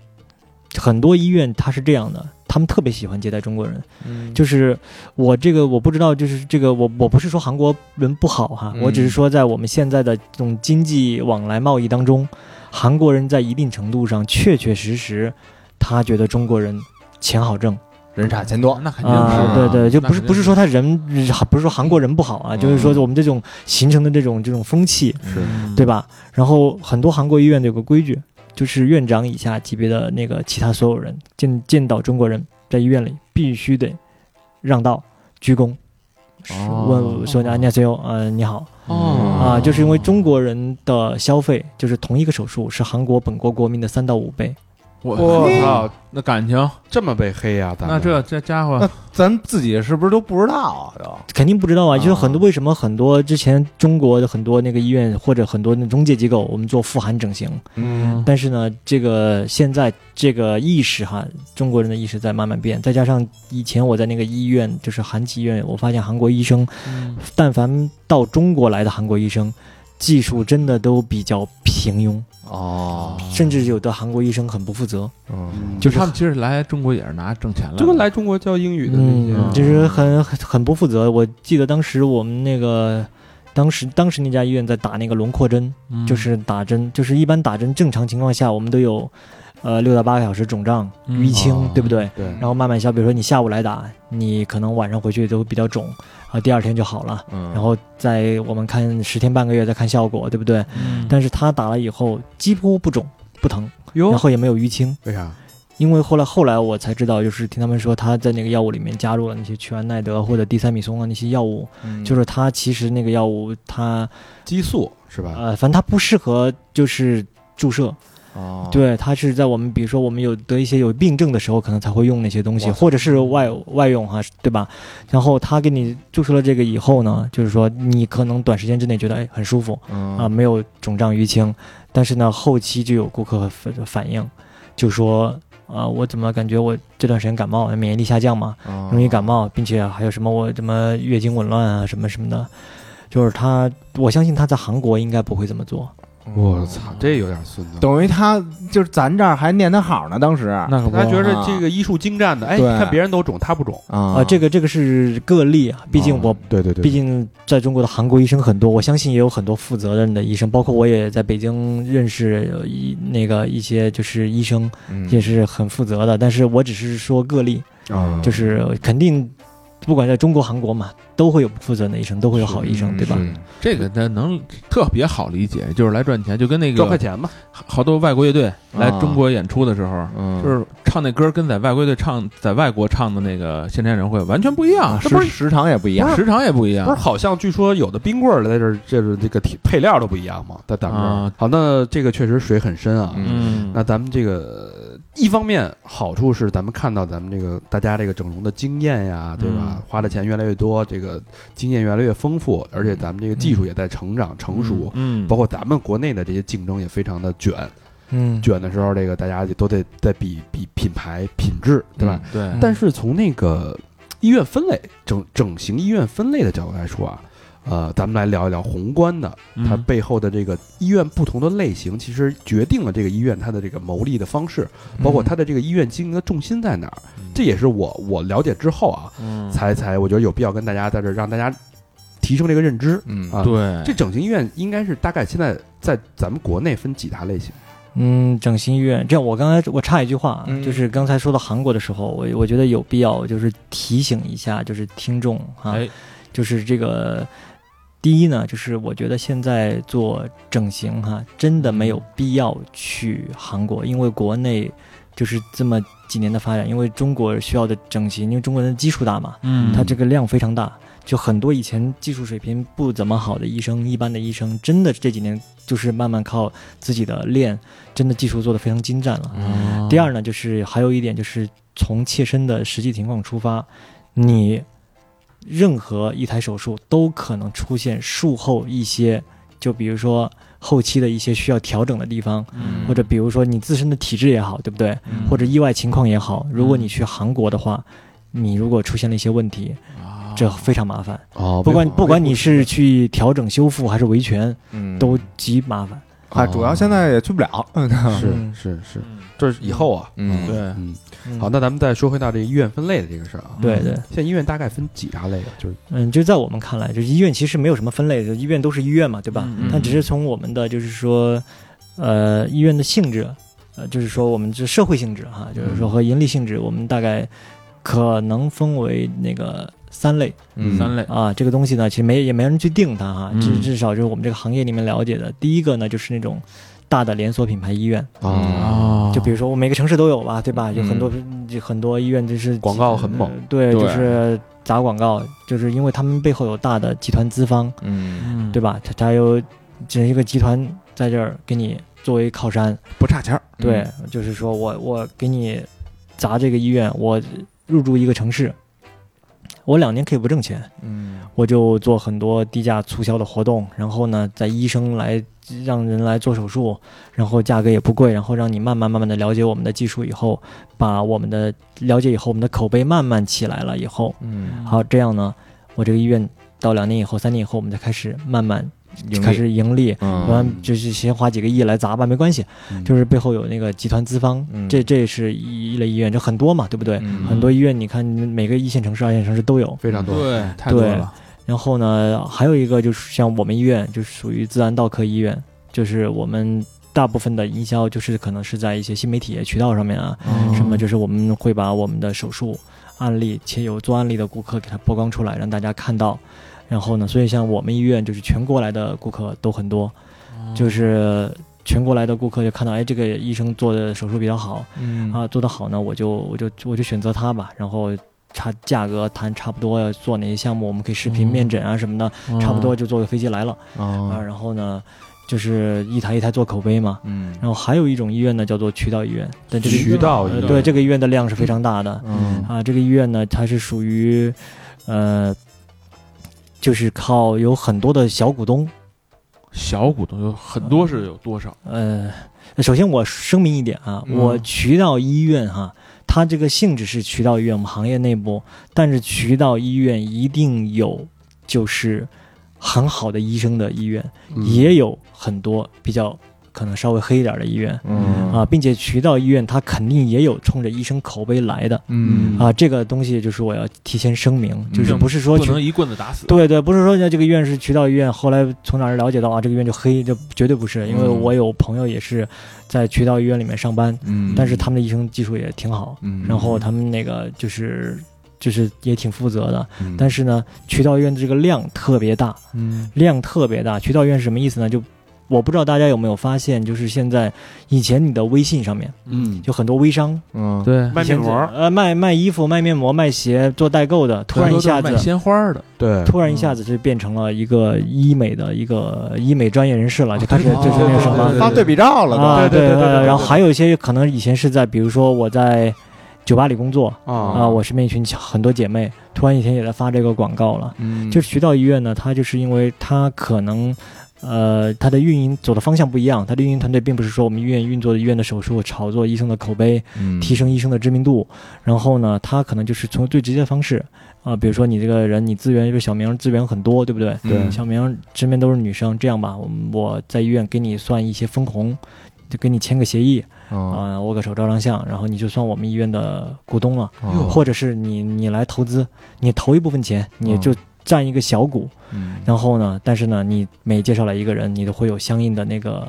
很多医院他是这样的，他们特别喜欢接待中国人。嗯，就是我这个我不知道，就是这个我我不是说韩国人不好哈，嗯我只是说在我们现在的这种经济往来贸易当中，韩国人在一定程度上确确实实，他觉得中国人。钱好挣人傻钱多，那肯定是啊啊，，对对，就那不是肯定不是说他人，不是说韩国人不好啊，嗯就是说我们这种形成的这种这种风气，是嗯对吧？然后很多韩国医院都有个规矩，就是院长以下级别的那个其他所有人见见到中国人在医院里必须得让道、鞠躬，哦问说你安家 C O，呃，你好哦啊、就是因为嗯中国人的消费，就是同一个手术是韩国本国国民的三到五倍，我嗯我操，那感情，这么被黑呀？咱们那这这家伙那咱自己是不是都不知道啊？都肯定不知道哦啊。就是很多啊为什么很多之前中国的很多那个医院或者很多那中介机构，我们做富含整形，嗯但是呢，这个现在这个意识哈，中国人的意识在慢慢变，再加上以前我在那个医院，就是韩籍医院，我发现韩国医生，但凡到中国来的韩国医生，技术真的都比较平庸，哦，甚至有的韩国医生很不负责，嗯嗯就是他们其实来中国也是拿挣钱来的，就跟来中国教英语的嗯，那些，就是很很很不负责。我记得当时我们那个。当时，当时那家医院在打那个轮廓针，嗯就是打针，就是一般打针，正常情况下我们都有，呃，六到八个小时肿胀、嗯淤青，哦对不对？对然后慢慢消，比如说你下午来打，你可能晚上回去都比较肿，啊，第二天就好了。嗯然后再我们看十天半个月再看效果，对不对？嗯但是他打了以后几乎不肿不疼，然哟，后也没有淤青，为啥？因为后来后来我才知道，就是听他们说他在那个药物里面加入了那些曲安奈德或者地塞米松啊那些药物，嗯就是他其实那个药物它激素是吧？呃，反正它不适合就是注射，啊哦，对，它是在我们比如说我们有得一些有病症的时候，可能才会用那些东西，哇或者是外外用哈，对吧？然后他给你注射了这个以后呢，就是说你可能短时间之内觉得哎很舒服嗯啊，没有肿胀淤青，但是呢后期就有顾客反反应，就说啊、我怎么感觉我这段时间感冒，免疫力下降嘛，嗯嗯容易感冒，并且还有什么我什么月经紊乱啊什么什么的，就是他，我相信他在韩国应该不会这么做。嗯我操，这有点孙子。等于他就是咱这儿还念他好呢，当时那可不他觉得这个医术精湛的，哎，你对看别人都肿，他不肿。嗯啊啊，这个这个是个例啊，毕竟我、对对对毕竟在中国的韩国医生很多，我相信也有很多负责任的医生，包括我也在北京认识有一那个一些就是医生嗯也是很负责的，但是我只是说个例，啊就是肯定不管在中国、韩国嘛，都会有不负责任的医生，都会有好医生，对吧？是这个他能特别好理解，就是来赚钱，就跟那赚快个钱吧，好多外国乐队来中国演出的时候，嗯就是唱那歌跟在外国乐队唱在外国唱的那个现场演唱会完全不一啊样，这不时是时长也不一样，时长也不一不是样。好像据说有的冰棍儿在这儿这是这个体配料都不一样嘛，在咱们这儿啊。好，那这个确实水很深啊。嗯嗯，那咱们这个一方面好处是咱们看到咱们这个大家这个整容的经验呀，对吧嗯？花的钱越来越多，这个经验越来越丰富，而且咱们这个技术也在成长成熟。嗯，包括咱们国内的这些竞争也非常的卷，嗯，卷的时候，这个大家都得在比比品牌品质，对吧？嗯对，嗯但是从那个医院分类整整形医院分类的角度来说啊，呃，咱们来聊一聊宏观的，它嗯背后的这个医院不同的类型，其实决定了这个医院它的这个牟利的方式，包嗯括它的这个医院经营的重心在哪儿。这也是我我了解之后啊，嗯才才我觉得有必要跟大家在这儿让大家提升这个认知。嗯啊对这整形医院应该是大概现在在咱们国内分几大类型？嗯，整形医院。这样，我刚才我插一句话啊，嗯就是刚才说到韩国的时候，我我觉得有必要就是提醒一下，就是听众啊，哎就是这个第一呢，就是我觉得现在做整形哈、真的没有必要去韩国，因为国内就是这么几年的发展，因为中国需要的整形，因为中国人的基数大嘛，嗯它这个量非常大，就很多以前技术水平不怎么好的医生，一般的医生，真的这几年就是慢慢靠自己的练，真的技术做得非常精湛了。第二呢，就是还有一点就是从切身的实际情况出发，你任何一台手术都可能出现术后一些，就比如说后期的一些需要调整的地方，嗯或者比如说你自身的体质也好，对不对？嗯或者意外情况也好，如果你去韩国的话，你如果出现了一些问题，啊这非常麻烦。哦不管不管你是去调整修复还是维权，嗯都极麻烦。啊，主要现在也去不了，嗯是嗯是是，嗯这是以后啊，嗯对嗯，好，那咱们再说回到这个医院分类的这个事儿啊。嗯对对，现在医院大概分几大类啊？就是嗯，就在我们看来，就是医院其实没有什么分类，就医院都是医院嘛，对吧？嗯嗯但只是从我们的就是说，呃，医院的性质，呃，就是说我们这社会性质哈，就是嗯说和盈利性质，我们大概可能分为那个三类。三类啊，这个东西呢，其实没也没人去定它哈，哎嗯至至少就是我们这个行业里面了解的。第一个呢，就是那种大的连锁品牌医院，啊，啊就比如说我每个城市都有吧，对吧？有嗯很多就很多医院就是广告很猛呃对，对就是砸广告，就是因为他们背后有大的集团资方，嗯，嗯对吧？它它有这一个集团在这儿给你作为靠山，不差钱儿，对，嗯就是说我我给你砸这个医院，我入驻一个城市，我两年可以不挣钱。嗯，我就做很多低价促销的活动，然后呢，在医生来让人来做手术，然后价格也不贵，然后让你慢慢慢慢的了解我们的技术以后，把我们的了解以后，我们的口碑慢慢起来了以后，嗯好，这样呢，我这个医院到两年以后、三年以后，我们再开始慢慢盈开利，始盈利，嗯完、就是先花几个亿来砸吧，没关系，就是背后有那个集团资方，嗯这这是一一类医院，这很多嘛，对不对？嗯很多医院，你看每个一线城市、二线城市都有，非常多。对，嗯太多了，然后呢，还有一个就是像我们医院，就是属于自然道科医院，就是我们大部分的营销就是可能是在一些新媒体渠道上面啊，嗯什么就是我们会把我们的手术案例且有做案例的顾客给他曝光出来，让大家看到。然后呢，所以像我们医院就是全国来的顾客都很多，就是全国来的顾客就看到，哎，这个医生做的手术比较好，嗯啊，做得好呢，我就我就我就选择它吧，然后差价格谈差不多要做哪些项目，我们可以视频嗯面诊啊什么的，差不多就坐个飞机来了啊，啊，然后呢，就是一台一台做口碑嘛。嗯然后还有一种医院呢，叫做渠道医院，但这个渠道呃医对院这个医院的量是非常大的嗯啊，这个医院呢，它是属于呃，就是靠有很多的小股东，小股东有很多是有多少？呃，首先我声明一点啊，嗯我渠道医院哈、它这个性质是渠道医院，我们行业内部，但是渠道医院一定有就是很好的医生的医院，嗯也有很多比较可能稍微黑一点的医院嗯啊，并且渠道医院它肯定也有冲着医生口碑来的嗯啊，这个东西就是我要提前声明，就是不是说不渠能一棍子打死。对对，不是说这个医院是渠道医院，后来从哪儿了解到啊，这个医院就黑，这绝对不是，因为嗯我有朋友也是在渠道医院里面上班，嗯但是他们的医生技术也挺好，嗯然后他们那个就是就是也挺负责的，嗯但是呢，渠道医院的这个量特别大，量特别大，渠道医院是什么意思呢？就我不知道大家有没有发现，就是现在以前你的微信上面嗯，有很多微商嗯对，对，卖面膜儿，呃，卖卖衣服、卖面膜、卖鞋、做代购的，突然一下子卖鲜花的，对，突然一下子就变成了一个医美的一个医美专业人士了，就开始对就是那个什么发哦对比照了啊，都，对对。然后还有一些可能以前是在，比如说我在酒吧里工作啊，啊，我身边一群很多姐妹，突然以前也在发这个广告了。嗯就是渠道医院呢，它就是因为它可能呃，它的运营走的方向不一样，它的运营团队并不是说我们医院运作医院的手术，炒作医生的口碑，嗯提升医生的知名度。然后呢，他可能就是从最直接的方式啊、比如说你这个人，你资源，就是小明资源很多，对不对？对小明身边都是女生，这样吧，我们我在医院给你算一些分红，就给你签个协议哦啊、握个手照张相，然后你就算我们医院的股东了，哦或者是你你来投资，你投一部分钱，你嗯就占一个小股，嗯然后呢，但是呢，你每介绍来一个人，你都会有相应的那个。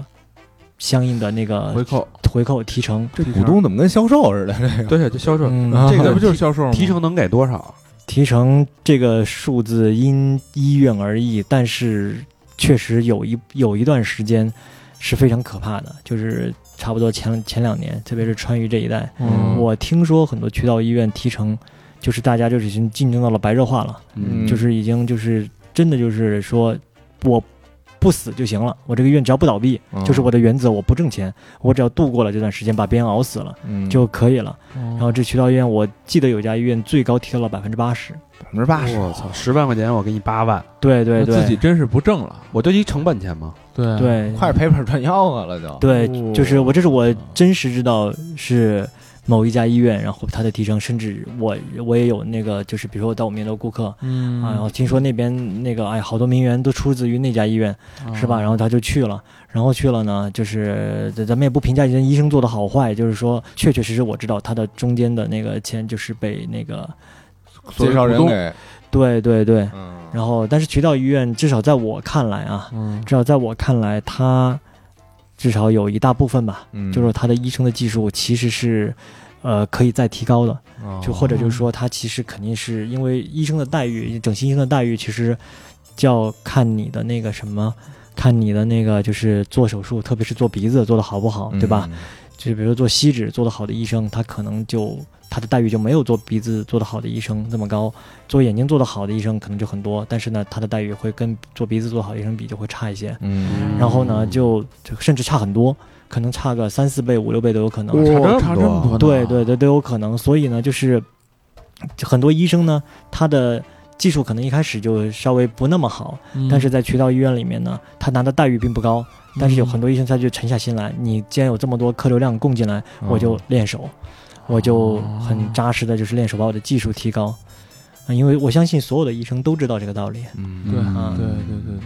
相应的那回个扣，回扣提成，这股东怎么跟销售似的？对，这销售嗯啊这这个 个不就是销售吗？提成能给多少？提成这个数字因医院而异，但是确实有一有一段时间是非常可怕的，就是差不多前前两年，特别是川渝这一带，嗯我听说很多渠道医院提成，就是大家就是已经竞争到了白热化了，嗯就是已经就是真的就是说我。不死就行了，我这个医院只要不倒闭，哦嗯就是我的原则。我不挣钱，我只要度过了这段时间，把别人熬死了嗯就可以了。然然后这渠道医院，我记得有家医院最高提到了百分之八十，百分之八十，我操，十万块钱我给你八万，对对对，自己真是不挣了，嗯我就一成本钱嘛。对，对快赔本赚吆喝了就。对，就是我这是我真实知道是某一家医院，然后它的提成，甚至我我也有那个，就是比如说到我面的顾客。嗯啊，然后听说那边那个，哎，好多名媛都出自于那家医院，嗯是哦吧？然后他就去了，然后去了呢，就是咱咱们也不评价人家医生做的好坏，就是说，确确实实我知道他的中间的那个钱就是被那个，介绍人给，对对对，嗯，然后但是渠道医院至少在我看来啊，嗯，至少在我看来，他至少有一大部分吧，嗯就是说他的医生的技术其实是，呃，可以再提高的，哦就或者就是说他其实肯定是因为医生的待遇，整形医生的待遇其实要看你的那个什么，看你的那个就是做手术，特别是做鼻子做的好不好，嗯对吧？？就是比如说做吸脂做得好的医生，他可能就他的待遇就没有做鼻子做得好的医生这么高，做眼睛做得好的医生可能就很多，但是呢，他的待遇会跟做鼻子做得好的医生比就会差一些，嗯，然后呢，就就甚至差很多，可能差个三四倍、五六倍都有可能。哇差差这这么多么多，对对对，都有可能。所以呢，就是就很多医生呢，他的技术可能一开始就稍微不那么好，嗯，但是在渠道医院里面呢，他拿的待遇并不高。但是有很多医生他就沉下心来，你既然有这么多客流量供进来，我就练手，我就很扎实的就是练手，把我的技术提高。啊因为我相信所有的医生都知道这个道理。对对嗯对对对对。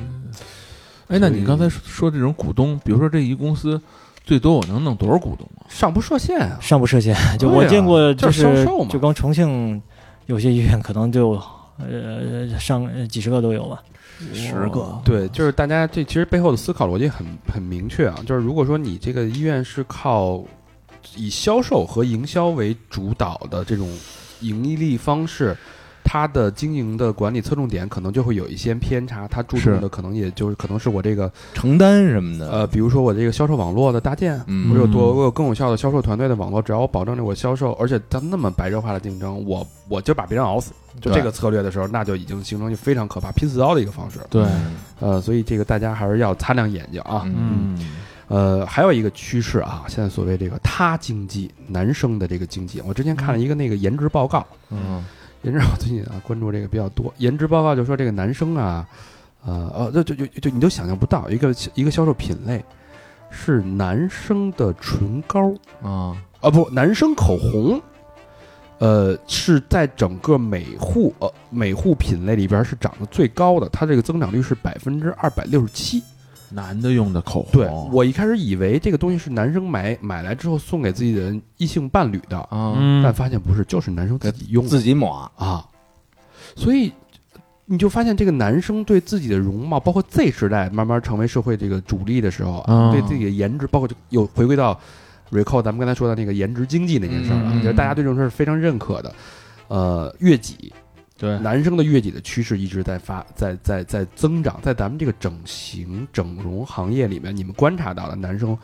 哎，那你刚才说说这种股东，比如说这一公司最多我能弄多少股东啊？上不设限啊，上不设限，就对我啊见过，就就是是销售嘛就光重庆有些医院可能就呃上呃几十个都有吧。十哦个，对，就是大家这其实背后的思考逻辑很很明确啊，就是如果说你这个医院是靠以销售和营销为主导的这种盈利方式，它的经营的管理侧重点可能就会有一些偏差，它注重是的可能也就是可能是我这个承担什么的，呃，比如说我这个销售网络的搭建。啊嗯我有嗯多，我有更有效的销售团队的网络，只要我保证这我销售，而且它那么白热化的竞争，我我就把别人熬死，就这个策略的时候，那就已经形成就非常可怕拼死刀的一个方式。对，呃，所以这个大家还是要擦亮眼睛啊。嗯，呃，还有一个趋势啊，现在所谓这个他经济，男生的这个经济，我之前看了一个那个颜值报告，嗯颜值我最近啊关注这个比较多，颜值报告就说这个男生啊，呃呃，就就就就你都想象不到一个一个销售品类是男生的唇膏嗯啊，啊，不，男生口红。呃，是在整个每户呃每户品类里边是涨得最高的，它这个增长率是百分之二百六十七。男的用的口红，对我一开始以为这个东西是男生买买来之后送给自己的异性伴侣的，啊，嗯，但发现不是，就是男生自己用的自己抹，啊。所以你就发现这个男生对自己的容貌，包括 Z 时代慢慢成为社会这个主力的时候啊，嗯对自己的颜值，包括就又回归到 recall 咱们刚才说的那个颜值经济那件事儿了，嗯嗯嗯就是大家对这种事儿是非常认可的。呃，悦己，对男生的悦己的趋势一直在发，在在在增长，在咱们这个整形整容行业里面，你们观察到了男生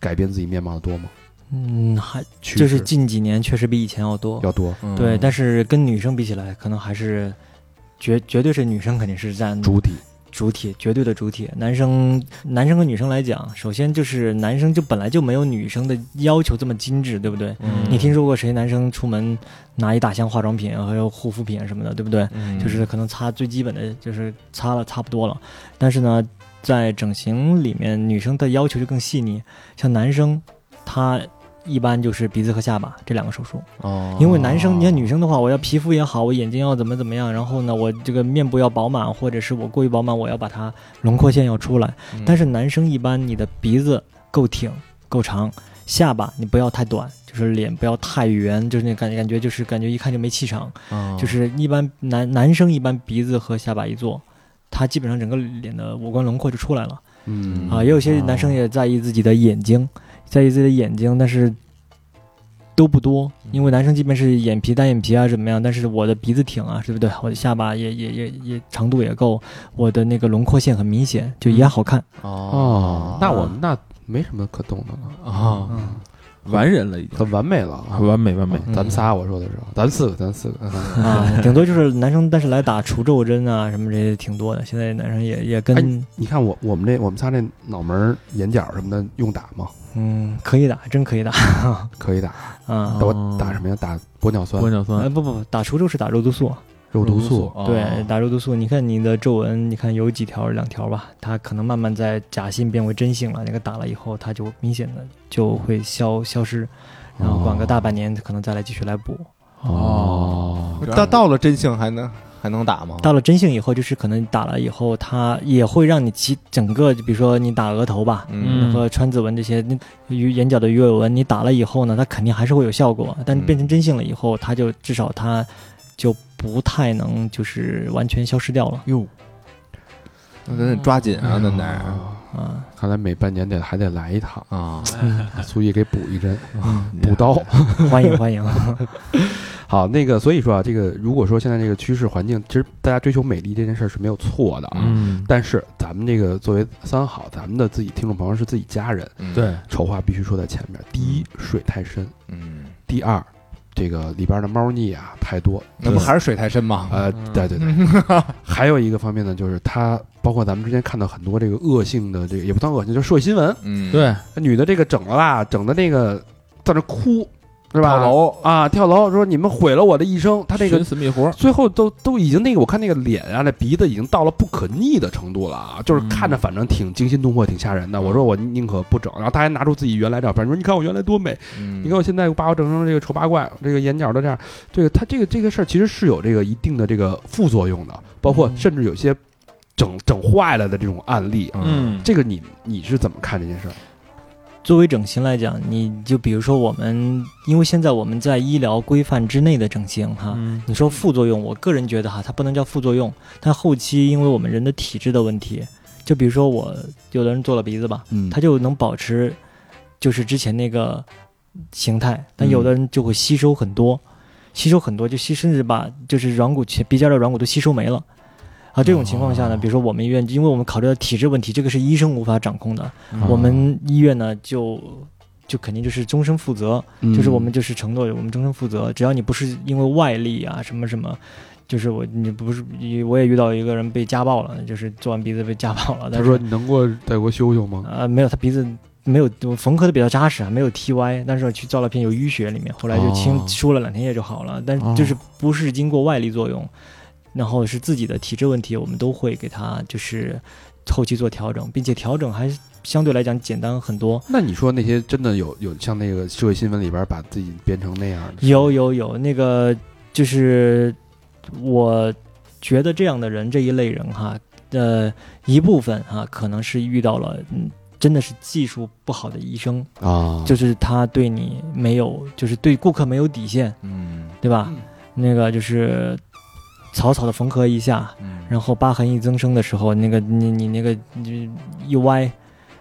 改变自己面貌的多吗？嗯，还趋就是势近几年确实比以前要多，要多，嗯对，但是是跟女生比起来，可能还是绝绝对是女生肯定是占主体主体，绝对的主体。男生男生和女生来讲，首先就是男生就本来就没有女生的要求这么精致，对不对？你听说过谁男生出门拿一大箱化妆品还有护肤嗯品什么的，对不对？就是可能擦最基本的，就是擦了差不多了。但是呢，在整形里面，女生的要求就更细腻，像男生，他一般就是鼻子和下巴这两个手术，哦因为男生，你看女生的话，我要皮肤也好，我眼睛要怎么怎么样，然后呢，我这个面部要饱满，或者是我过于饱满，我要把它轮廓线要出来。但是男生一般，你的鼻子够挺够长，下巴你不要太短，就是脸不要太圆，就是那感感觉就是感觉一看就没气场。嗯哦就是一般男男生一般鼻子和下巴一做，他基本上整个脸的五官轮廓就出来了。嗯啊，也有些男生也在意自己的眼睛，在意自己的眼睛，但是都不多，嗯因为男生即便是眼皮单眼皮啊怎么样，但是我的鼻子挺啊，对不对？我的下巴也也也也长度也够，我的那个轮廓线很明显，就也好 看。哦，那我们那没什么可动的了，啊，完人了已经，很完美了啊。完美完美。咱们仨，我说的是，咱四个，咱四个，嗯啊，顶多就是男生，但是来打除皱针啊什么这些挺多的。现在男生也也跟、哎你看我我们这我们仨这脑门儿、眼角什么的用打吗？嗯可以打，真可以打可以打，啊。我打什么呀？打哦玻尿酸玻、尿哎酸、不不不，打除皱是打肉毒素，肉毒素。哦对，打肉毒素，你看你的皱纹，你看有几条两条吧，它可能慢慢在假性变为真性了。那个打了以后，它就明显的就会消消失，然后管个大半年，可能再来继续来哦补。哦，到到了真性还能还能打吗？到了真性以后，就是可能打了以后，它也会让你其整个，比如说你打额头吧。嗯和川字纹这些，你鱼眼角的鱼尾纹，你打了以后呢，它肯定还是会有效果，但变成真性了以后，它就至少它就不太能就是完全消失掉了哟，那咱得抓紧啊，咱得哦啊。看来每半年得还得来一趟，啊，苏毅给补一针，补刀。 欢迎欢迎。好，那个所以说啊，这个如果说现在这个趋势环境，其实大家追求美丽这件事儿是没有错的啊。嗯，但是咱们这个作为三好，咱们的自己听众朋友是自己家人，嗯，对，丑话必须说在前面。第一，水太深；嗯，第二，这个里边的猫腻啊太多。那不还是水太深吗？呃，对对对。还有一个方面呢，就是它包括咱们之前看到很多这个恶性的，这个也不算恶性，就是社会新闻，嗯，对，那女的这个整了吧，整的那个在那哭，是吧？跳楼啊，跳楼说你们毁了我的一生。她这个寻死觅活，最后都都已经那个，我看那个脸啊，那鼻子已经到了不可逆的程度了啊，就是看着反正挺惊心动魄，挺吓人的。我说我宁可不整，然后她还拿出自己原来照片，你说你看我原来多美，嗯，你看我现在把我整成这个丑八怪，这个眼角都这样。这个她这个这个事儿其实是有这个一定的这个副作用的，包括嗯甚至有些整整坏了的这种案例。啊嗯，这个你你是怎么看这件事儿？作为整形来讲，你就比如说我们，因为现在我们在医疗规范之内的整形哈，嗯你说副作用，我个人觉得哈，它不能叫副作用，它后期因为我们人的体质的问题，就比如说我有的人做了鼻子吧，嗯他就能保持就是之前那个形态，但嗯有的人就会吸收很多，吸收很多就吸，甚至把就是软骨前鼻尖的软骨都吸收没了。啊，这种情况下呢，比如说我们医院，因为我们考虑到体质问题，这个是医生无法掌控的，嗯嗯我们医院呢就就肯定就是终身负责，嗯嗯就是我们就是承诺我们终身负责，只要你不是因为外力啊什么什么。就是我，你不是我也遇到一个人被家暴了，就是做完鼻子被家暴了。但他是说：“你能给我再给我修修吗呃，没有，他鼻子没有我缝合的比较扎实啊，没有 T Y，但是我去照了片有淤血里面，后来就清、哦输了两天液就好了，但就是不是经过外力作用，然后是自己的体质问题，我们都会给他就是后期做调整，并且调整还相对来讲简单很多。？” 那你说那些真的有有像那个社会新闻里边把自己变成那样的？有有有，那个就是我觉得这样的人这一类人哈，呃，一部分哈、可能是遇到了嗯。真的是技术不好的医生，啊，就是他对你没有，就是对顾客没有底线，嗯，对吧？那个就是草草的缝合一下，嗯然后疤痕一增生的时候，那个你你那个你一歪，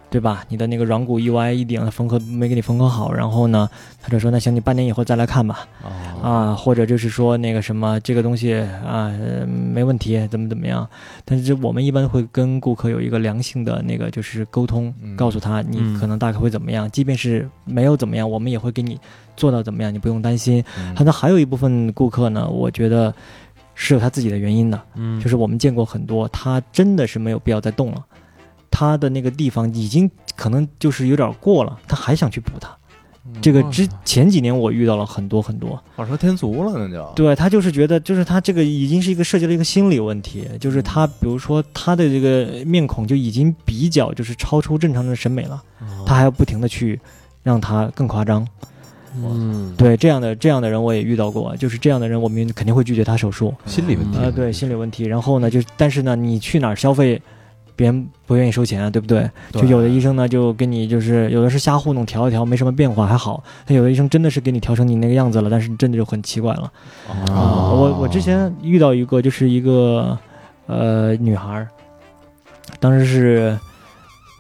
对吧？你的那个软骨一歪一顶，它缝合没给你缝合好，然后呢，他就说那行，你半年以后再来看吧，哦啊，或者就是说那个什么这个东西啊、呃没问题，怎么怎么样？但是我们一般会跟顾客有一个良性的那个就是沟通，嗯告诉他你可能大概会怎么样，即便是没有怎么样，我们也会给你做到怎么样，你不用担心。嗯那还有一部分顾客呢，我觉得是有他自己的原因的，嗯就是我们见过很多，他真的是没有必要再动了，他的那个地方已经可能就是有点过了，他还想去补它，这个之前几年我遇到了很多很多，我说天足了那就，对他就是觉得，就是他这个已经是一个涉及了一个心理问题，就是他比如说他的这个面孔就已经比较就是超出正常人的审美了，他还要不停的去让他更夸张。嗯，对这样的这样的人我也遇到过，就是这样的人我们肯定会拒绝他手术心理问题啊、对心理问题。然后呢，就是但是呢，你去哪儿消费，别人不愿意收钱啊，对不对？对就有的医生呢，就跟你就是有的是瞎糊弄调一调，没什么变化还好；但有的医生真的是给你调成你那个样子了，但是真的就很奇怪了。哦我我之前遇到一个就是一个呃女孩儿，当时是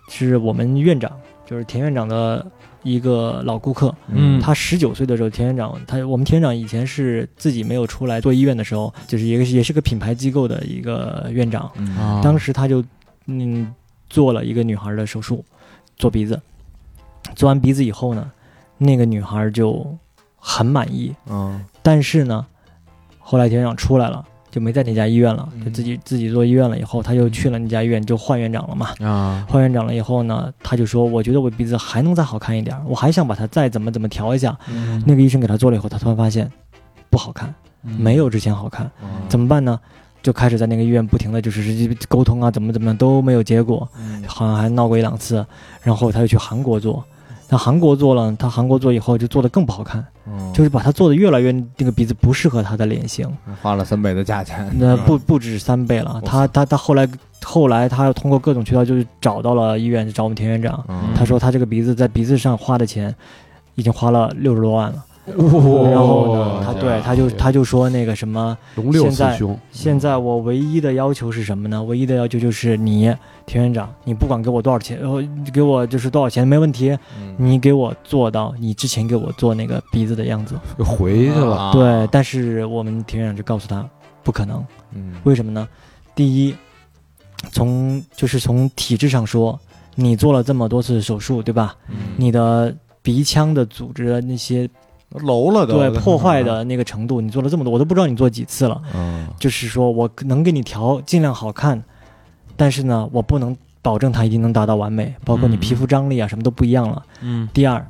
是我们院长，就是田院长的一个老顾客。嗯他十九岁的时候，田院长他我们田院长以前是自己没有出来做医院的时候，就是一个也是个品牌机构的一个院长。啊当时他就嗯做了一个女孩的手术，做鼻子。做完鼻子以后呢，那个女孩就很满意，嗯，但是呢，后来田院长出来了，就没在那家医院了，嗯就自己自己做医院了。以后他就去了那家医院，就换院长了嘛。啊换院长了以后呢，他就说：“我觉得我鼻子还能再好看一点，我还想把它再怎么怎么调一下。嗯那个医生给他做了以后，他突然发现不好看，没有之前好看，嗯怎么办呢？就开始在那个医院不停的就是沟通啊，怎么怎么样都没有结果，嗯好像还闹过一两次。然后他就去韩国做，那韩国做了，他韩国做以后就做的更不好看。就是把它做的越来越那个鼻子不适合他的脸型，花了三倍的价钱，那不不止三倍了。他他他后来后来他又通过各种渠道就是找到了医院，找我们田院长，嗯他说他这个鼻子在鼻子上花的钱已经花了六十多万了。哇然后呢，他对对啊他就他就说那个什么，龙六现四在兄，现在我唯一的要求是什么呢？唯一的要求就是你田院长，你不管给我多少钱，然后给我就是多少钱没问题，嗯你给我做到你之前给我做那个鼻子的样子。又回去啊啊了，对，，但是我们田院长就告诉他不可能，嗯为什么呢？第一，从就是从体制上说，你做了这么多次手术，对吧？你的鼻腔的组织的那些楼了都对破坏，的那个程度，你做了这么多，我都不知道你做几次了。嗯就是说我能给你调尽量好看，但是呢，我不能保证它一定能达到完美，包括你嗯皮肤张力啊，什么都不一样了。嗯第二，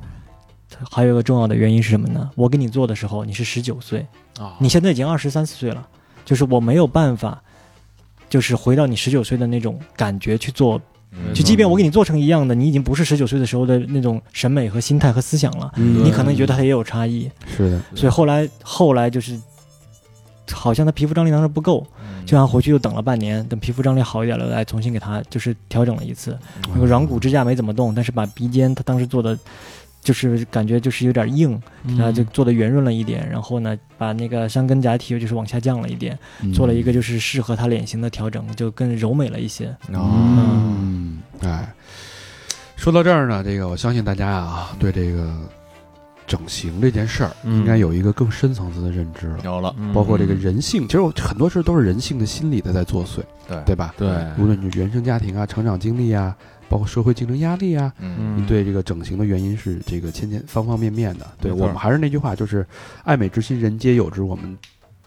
还有一个重要的原因是什么呢？我给你做的时候，你是十九岁，啊你现在已经二十三四岁了，就是我没有办法，就是回到你十九岁的那种感觉去做。嗯就即便我给你做成一样的，你已经不是十九岁的时候的那种审美和心态和思想了，嗯你可能觉得它也有差异。是的，所以后来后来就是，好像他皮肤张力当时不够，嗯嗯就让回去又等了半年，等皮肤张力好一点了，来重新给他就是调整了一次。嗯那个软骨支架没怎么动，但是把鼻尖他当时做的。就是感觉就是有点硬，嗯然后就做的圆润了一点，然后呢，把那个山根假体就是往下降了一点，嗯做了一个就是适合他脸型的调整，就更柔美了一些。嗯，哎，啊说到这儿呢，这个我相信大家啊，对这个整形这件事儿，嗯应该有一个更深层次的认知了。有了，包括这个人性，其实我很多事儿都是人性的心理的在作祟，对嗯对吧？对无论你原生家庭啊、成长经历啊，包括社会竞争压力啊，嗯你对这个整形的原因是这个千千方方面面的。对没错我们还是那句话，就是爱美之心，人皆有之。我们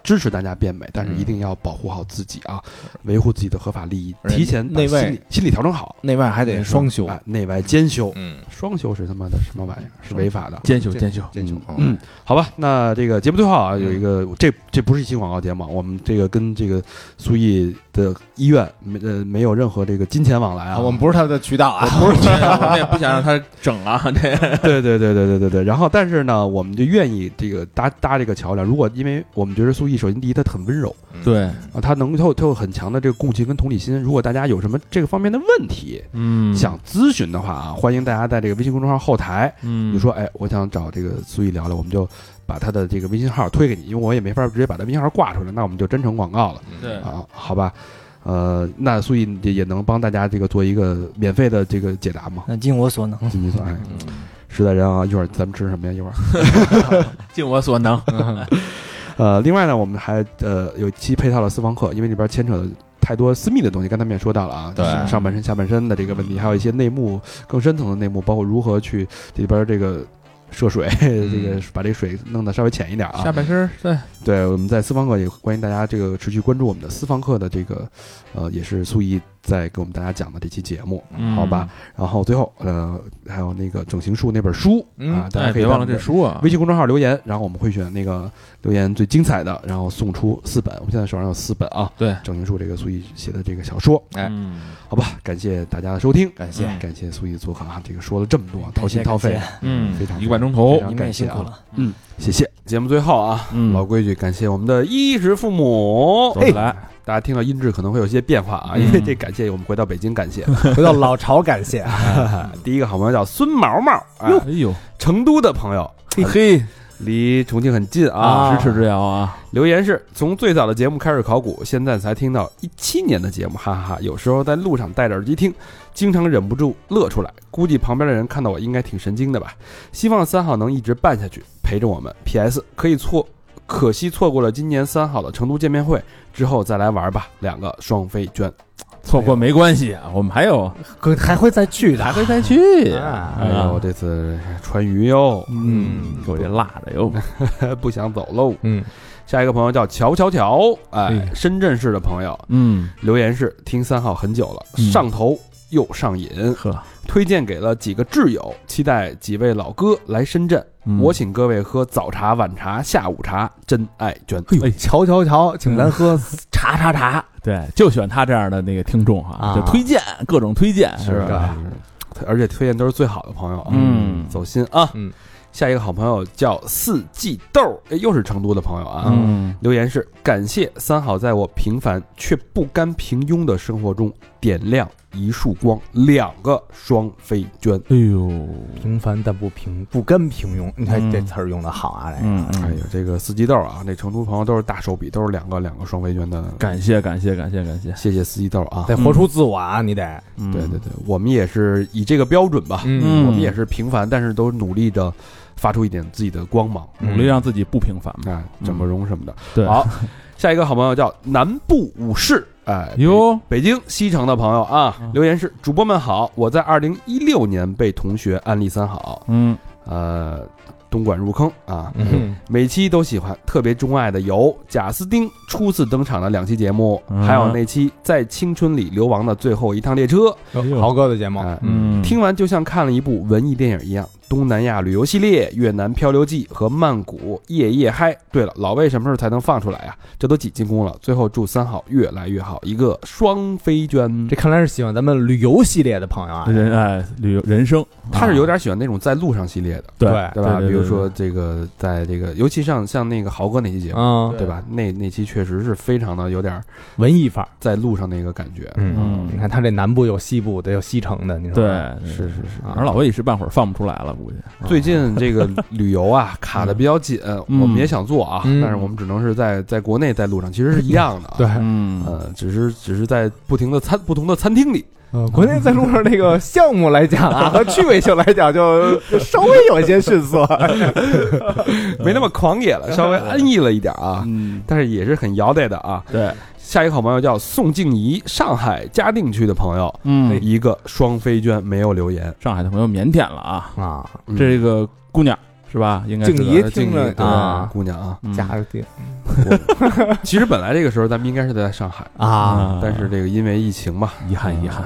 支持大家变美，但是嗯一定要保护好自己啊，维护自己的合法利益，而且提前把内外心理心理调整好，内外还得双修，啊，内外兼修。嗯，双修是他妈的什么玩意儿？是违法的。坚修 坚修，这种嗯，好吧，那这个节目最后啊，有嗯一个这这不是一期广告节目，啊我们这个跟这个苏毅的医院没呃没有任何这个金钱往来啊，啊我们不是他的渠道啊，不是，我们也不想让他整啊，这对对对对对对对。然后，但是呢，我们就愿意这个搭搭这个桥梁。如果因为我们觉得苏毅，首先第一，他很温柔 对，啊，他能够他有很强的这个共情跟同理心。如果大家有什么这个方面的问题、嗯想咨询的话啊，欢迎大家在这个微信公众号后台，嗯你说哎，我想找这个苏毅聊聊，我们就把他的这个微信号推给你，因为我也没法直接把他微信号挂出来，那我们就真成广告了。对啊，好吧，呃，那苏毅也也能帮大家这个做一个免费的这个解答吗？那尽我所嗯 能，金哎，实在人啊，一会儿咱们吃什么呀？一会儿，尽我所能，呃，另外呢，我们还呃有一期配套了私房课，因为里边牵扯了太多私密的东西，刚才我们也说到了啊，对上上半身、下半身的这个问题，还有一些内幕更深层的内幕，包括如何去这里边这个。涉水， 这个把这个水弄得稍微浅一点啊。下半身对，对，我们在私房课也欢迎大家这个持续关注我们的私房课的这个，呃，也是苏毅在给我们大家讲的这期节目，嗯好吧？然后最后呃，还有那个整形术那本书嗯啊，大哎，家可以别到忘我了们的这书啊微，信公众号留言，然后我们会选那个留言最精彩的，然后送出四本。我们现在手上有四本啊，对，整形术这个苏毅写的这个小说，哎嗯好吧？感谢大家的收听，感谢嗯感谢苏毅做客啊，这个说了这么多，感掏谢心掏肺感，嗯非常一个半钟头非，常你们感也谢辛苦啊，了，嗯，谢谢。节目最后啊，嗯老规矩，感谢我们的衣食父母哎哎走。起来，大家听到音质可能会有些变化啊，嗯因为这感谢我们回到北京，感 谢 回到老巢，感谢啊，第一个好朋友叫孙毛毛，哎哎呦，成都的朋友，嘿离重庆很近啊啊，，咫尺之遥啊，留言是从最早的节目开始考古，现在才听到一七年的节目，哈哈哈！有时候在路上戴着耳机听，经常忍不住乐出来。估计旁边的人看到我应该挺神经的吧。希望三好能一直办下去，陪着我们。P.S. 可以错，可惜错过了今年三好的成都见面会，之后再来玩吧。两个双飞娟，错过没关系，啊我们还有可还会再聚 的还，会再去，啊哎呦，这次川渝哟，嗯给我这辣的哟， 不想走喽。嗯，下一个朋友叫乔乔乔，哎哎，深圳市的朋友，嗯，留言是听三号很久了，嗯上头又上瘾，呵，推荐给了几个挚友，期待几位老哥来深圳，嗯我请各位喝早茶、晚茶、下午茶，真爱娟。哎瞧瞧瞧，请咱喝茶茶茶，嗯 对，就喜欢他这样的那个听众哈，啊就推荐各种推荐，是哎吧吧？而且推荐都是最好的朋友啊，嗯走心啊。嗯，下一个好朋友叫四季豆，哎，又是成都的朋友啊。嗯，留言是感谢三好在我平凡却不甘平庸的生活中点亮一束光，两个双飞娟。哎呦，平凡但不平，不甘平庸。你看嗯这词儿用的好啊，这嗯，哎呦，这个四季豆啊，那成都朋友都是大手笔，都是两个两个双飞娟的，感谢感谢感谢感谢，谢谢四季豆啊。得活出自我啊，你得，嗯对对，对，我们也是以这个标准吧，嗯我们也是平凡，但是都努力的发出一点自己的光芒努力让自己不平凡嘛，啊，整个容什么的。嗯对，好，下一个好朋友叫南部武士，哎，哟，北京西城的朋友啊嗯，留言是主播们好，我在二零一六年被同学安利三好，嗯，呃，东莞入坑啊，嗯，每期都喜欢，特别钟爱的有贾斯汀初次登场的两期节目，嗯还有那期在青春里流亡的最后一趟列车， 豪哥的节目，哎，嗯，听完就像看了一部文艺电影一样。东南亚旅游系列、越南漂流记和曼谷夜夜嗨。对了，老魏什么时候才能放出来呀、这都几进宫了。最后祝三好越来越好，一个双飞娟这。看来是喜欢咱们旅游系列的朋友啊，人哎，旅游人生，啊他是有点喜欢那种在路上系列的，对对对吧？啊哎对对啊比如说这个，在这个，尤其像像那个豪哥那期节目，嗯，对吧？那那期确实是非常的有点文艺范儿，在路上那个感觉。嗯你看他这南部有西部的，有西城的，你说啊对，是是是。反正老魏一时半会儿放不出来了，估计哎嗯最近这个旅游啊 卡的比较紧，我们也想做啊，嗯但是我们只能是在在国内在路上，其实是一样的啊。对，，嗯，呃，只是只是在不停的餐不同的餐厅里，呃，国内在路上这个项目来讲啊，和趣味性来讲，就就稍微有一些逊色。嗯没那么狂野 了，稍微安逸了一点啊。嗯，但是也是很摇摆的啊。对，下一个好朋友叫宋静怡，上海嘉定区的朋友，哎嗯，一个双飞娟没有留言。上海的朋友腼腆了啊，啊，嗯这个姑娘是吧？应该静是怡个听着呃对啊姑娘啊，嗯加个点其实本来这个时候咱们应该是在上海，啊，但是这个因为疫情嘛，遗憾遗憾，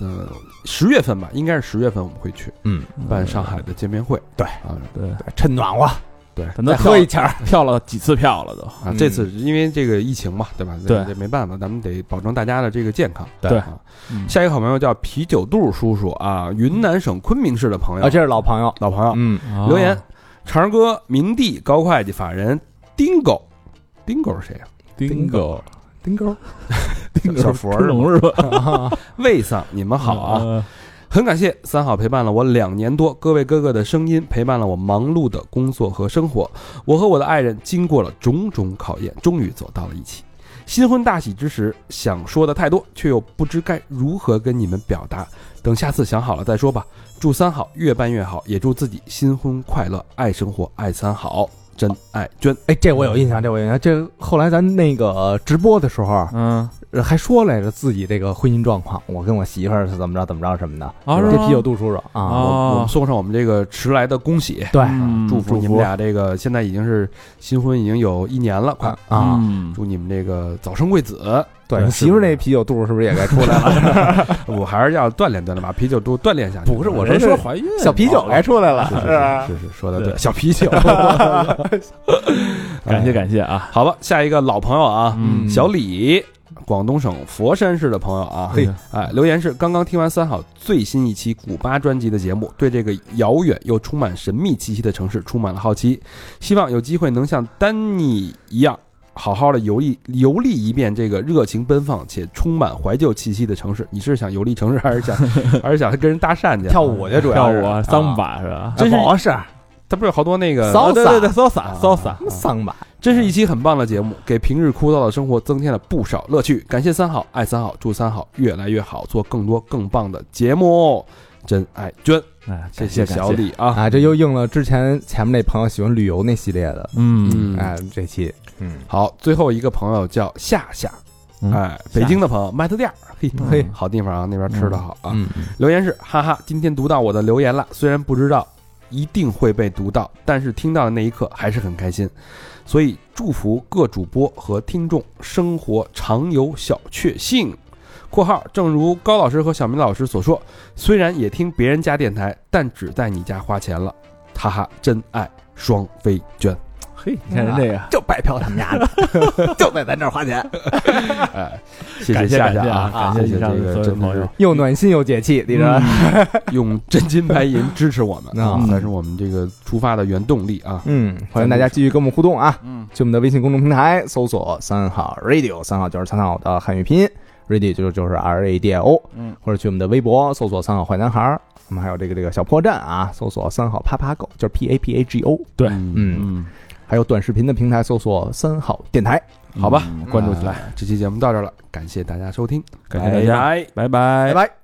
呃，十月份吧，应该是十月份我们会去嗯，办上海的见面会。对啊，对，趁暖和，对咱都再跳喝一钱 儿。跳了几次票了都，啊嗯，这次因为这个疫情嘛，对吧？对这没办法，咱们得保证大家的这个健康。对啊，嗯嗯下一个好朋友叫啤酒肚叔叔啊，云南省昆明市的朋友啊，这是老朋友，老朋友嗯，啊留言，长哥、明帝、高会计、法人、丁狗。丁狗是谁啊？丁哥，丁 哥，丁小佛 儿成龙是吧？魏桑，你们好啊！嗯，很感谢三好陪伴了我两年多，各位哥哥的声音陪伴了我忙碌的工作和生活。我和我的爱人经过了种种考验，终于走到了一起。新婚大喜之时，想说的太多，却又不知该如何跟你们表达。等下次想好了再说吧。祝三好越办越好，也祝自己新婚快乐，爱生活，爱三好，真爱娟。哎，这我有印象，这我有印象。这后来咱那个直播的时候，嗯，呃还说来着自己这个婚姻状况，我跟我媳妇儿是怎么着怎么着什么的。啊这是吗啤酒肚叔叔啊，哦我我们嗯送上我们这个迟来的恭喜，对 嗯祝福你们俩这个现在已经是新婚已经有一年了，快啊，嗯祝你们这个早生贵子，对，媳妇儿那啤酒肚是不是 也该出来了？我还是要锻炼锻炼，把啤酒肚锻炼下去。不是我人说说是怀孕，小啤酒该出来了，是吧？是是说的对，小啤酒。哎感谢感谢啊，好吧，下一个老朋友啊，嗯小李，广东省佛山市的朋友啊，嘿，哎，留言是刚刚听完三好最新一期古巴专辑的节目，对这个遥远又充满神秘气息的城市充满了好奇，希望有机会能像丹尼一样。好好的游历游历一遍这个热情奔放且充满怀旧气息的城市，你是想游历城市，还是想 还是想跟人搭讪去啊跳舞去主跳要是舞啊是啊桑巴是吧？哎真是不是啊他不是有好多那个骚哦对对对啊 ，salsa salsa，桑吧？真是一期很棒的节目，给平日枯燥的生活增添了不少乐趣。感谢三好，爱三好，祝三好越来越好，做更多更棒的节目。哦真爱娟，哎，谢感谢小，李啊，啊，这又应了之前前面那朋友喜欢旅游那系列的，嗯，嗯，哎，这期嗯，好，最后一个朋友叫夏夏，嗯哎，北京的朋友，麦特店儿，嘿嘿好地方啊，那边吃的好啊。嗯，留言是哈哈，今天读到我的留言了，虽然不知道一定会被读到，但是听到的那一刻还是很开心。所以祝福各主播和听众生活常有小确幸。（括号正如高老师和小明老师所说，虽然也听别人家电台，但只在你家花钱了。）哈哈，真爱双飞娟。嘿，你看人这个，就白嫖他们家的， 就在咱这儿花钱，哎，谢感谢夏感谢夏啊，感谢谢以上这的个所有真的朋是友，又暖心又解气，你知道吗？用真金白银支持我们啊，嗯才是我们这个出发的原动力啊。嗯，欢迎大家继续跟我们互动啊！嗯，去我们的微信公众平台搜索“三好 radio”，三好就是三好的汉语拼音，radio 就是就是 R A D I O，嗯，或者去我们的微博搜索“三好坏男孩儿”，我们还有这个这个小破站啊，搜索“三好啪啪狗”，就是 P A P A G O，对嗯，嗯，嗯，还有短视频的平台搜索“三好电台好吧，嗯关注起来。这期节目到这儿了，感谢大家收听，感谢大家拜拜拜拜拜。拜。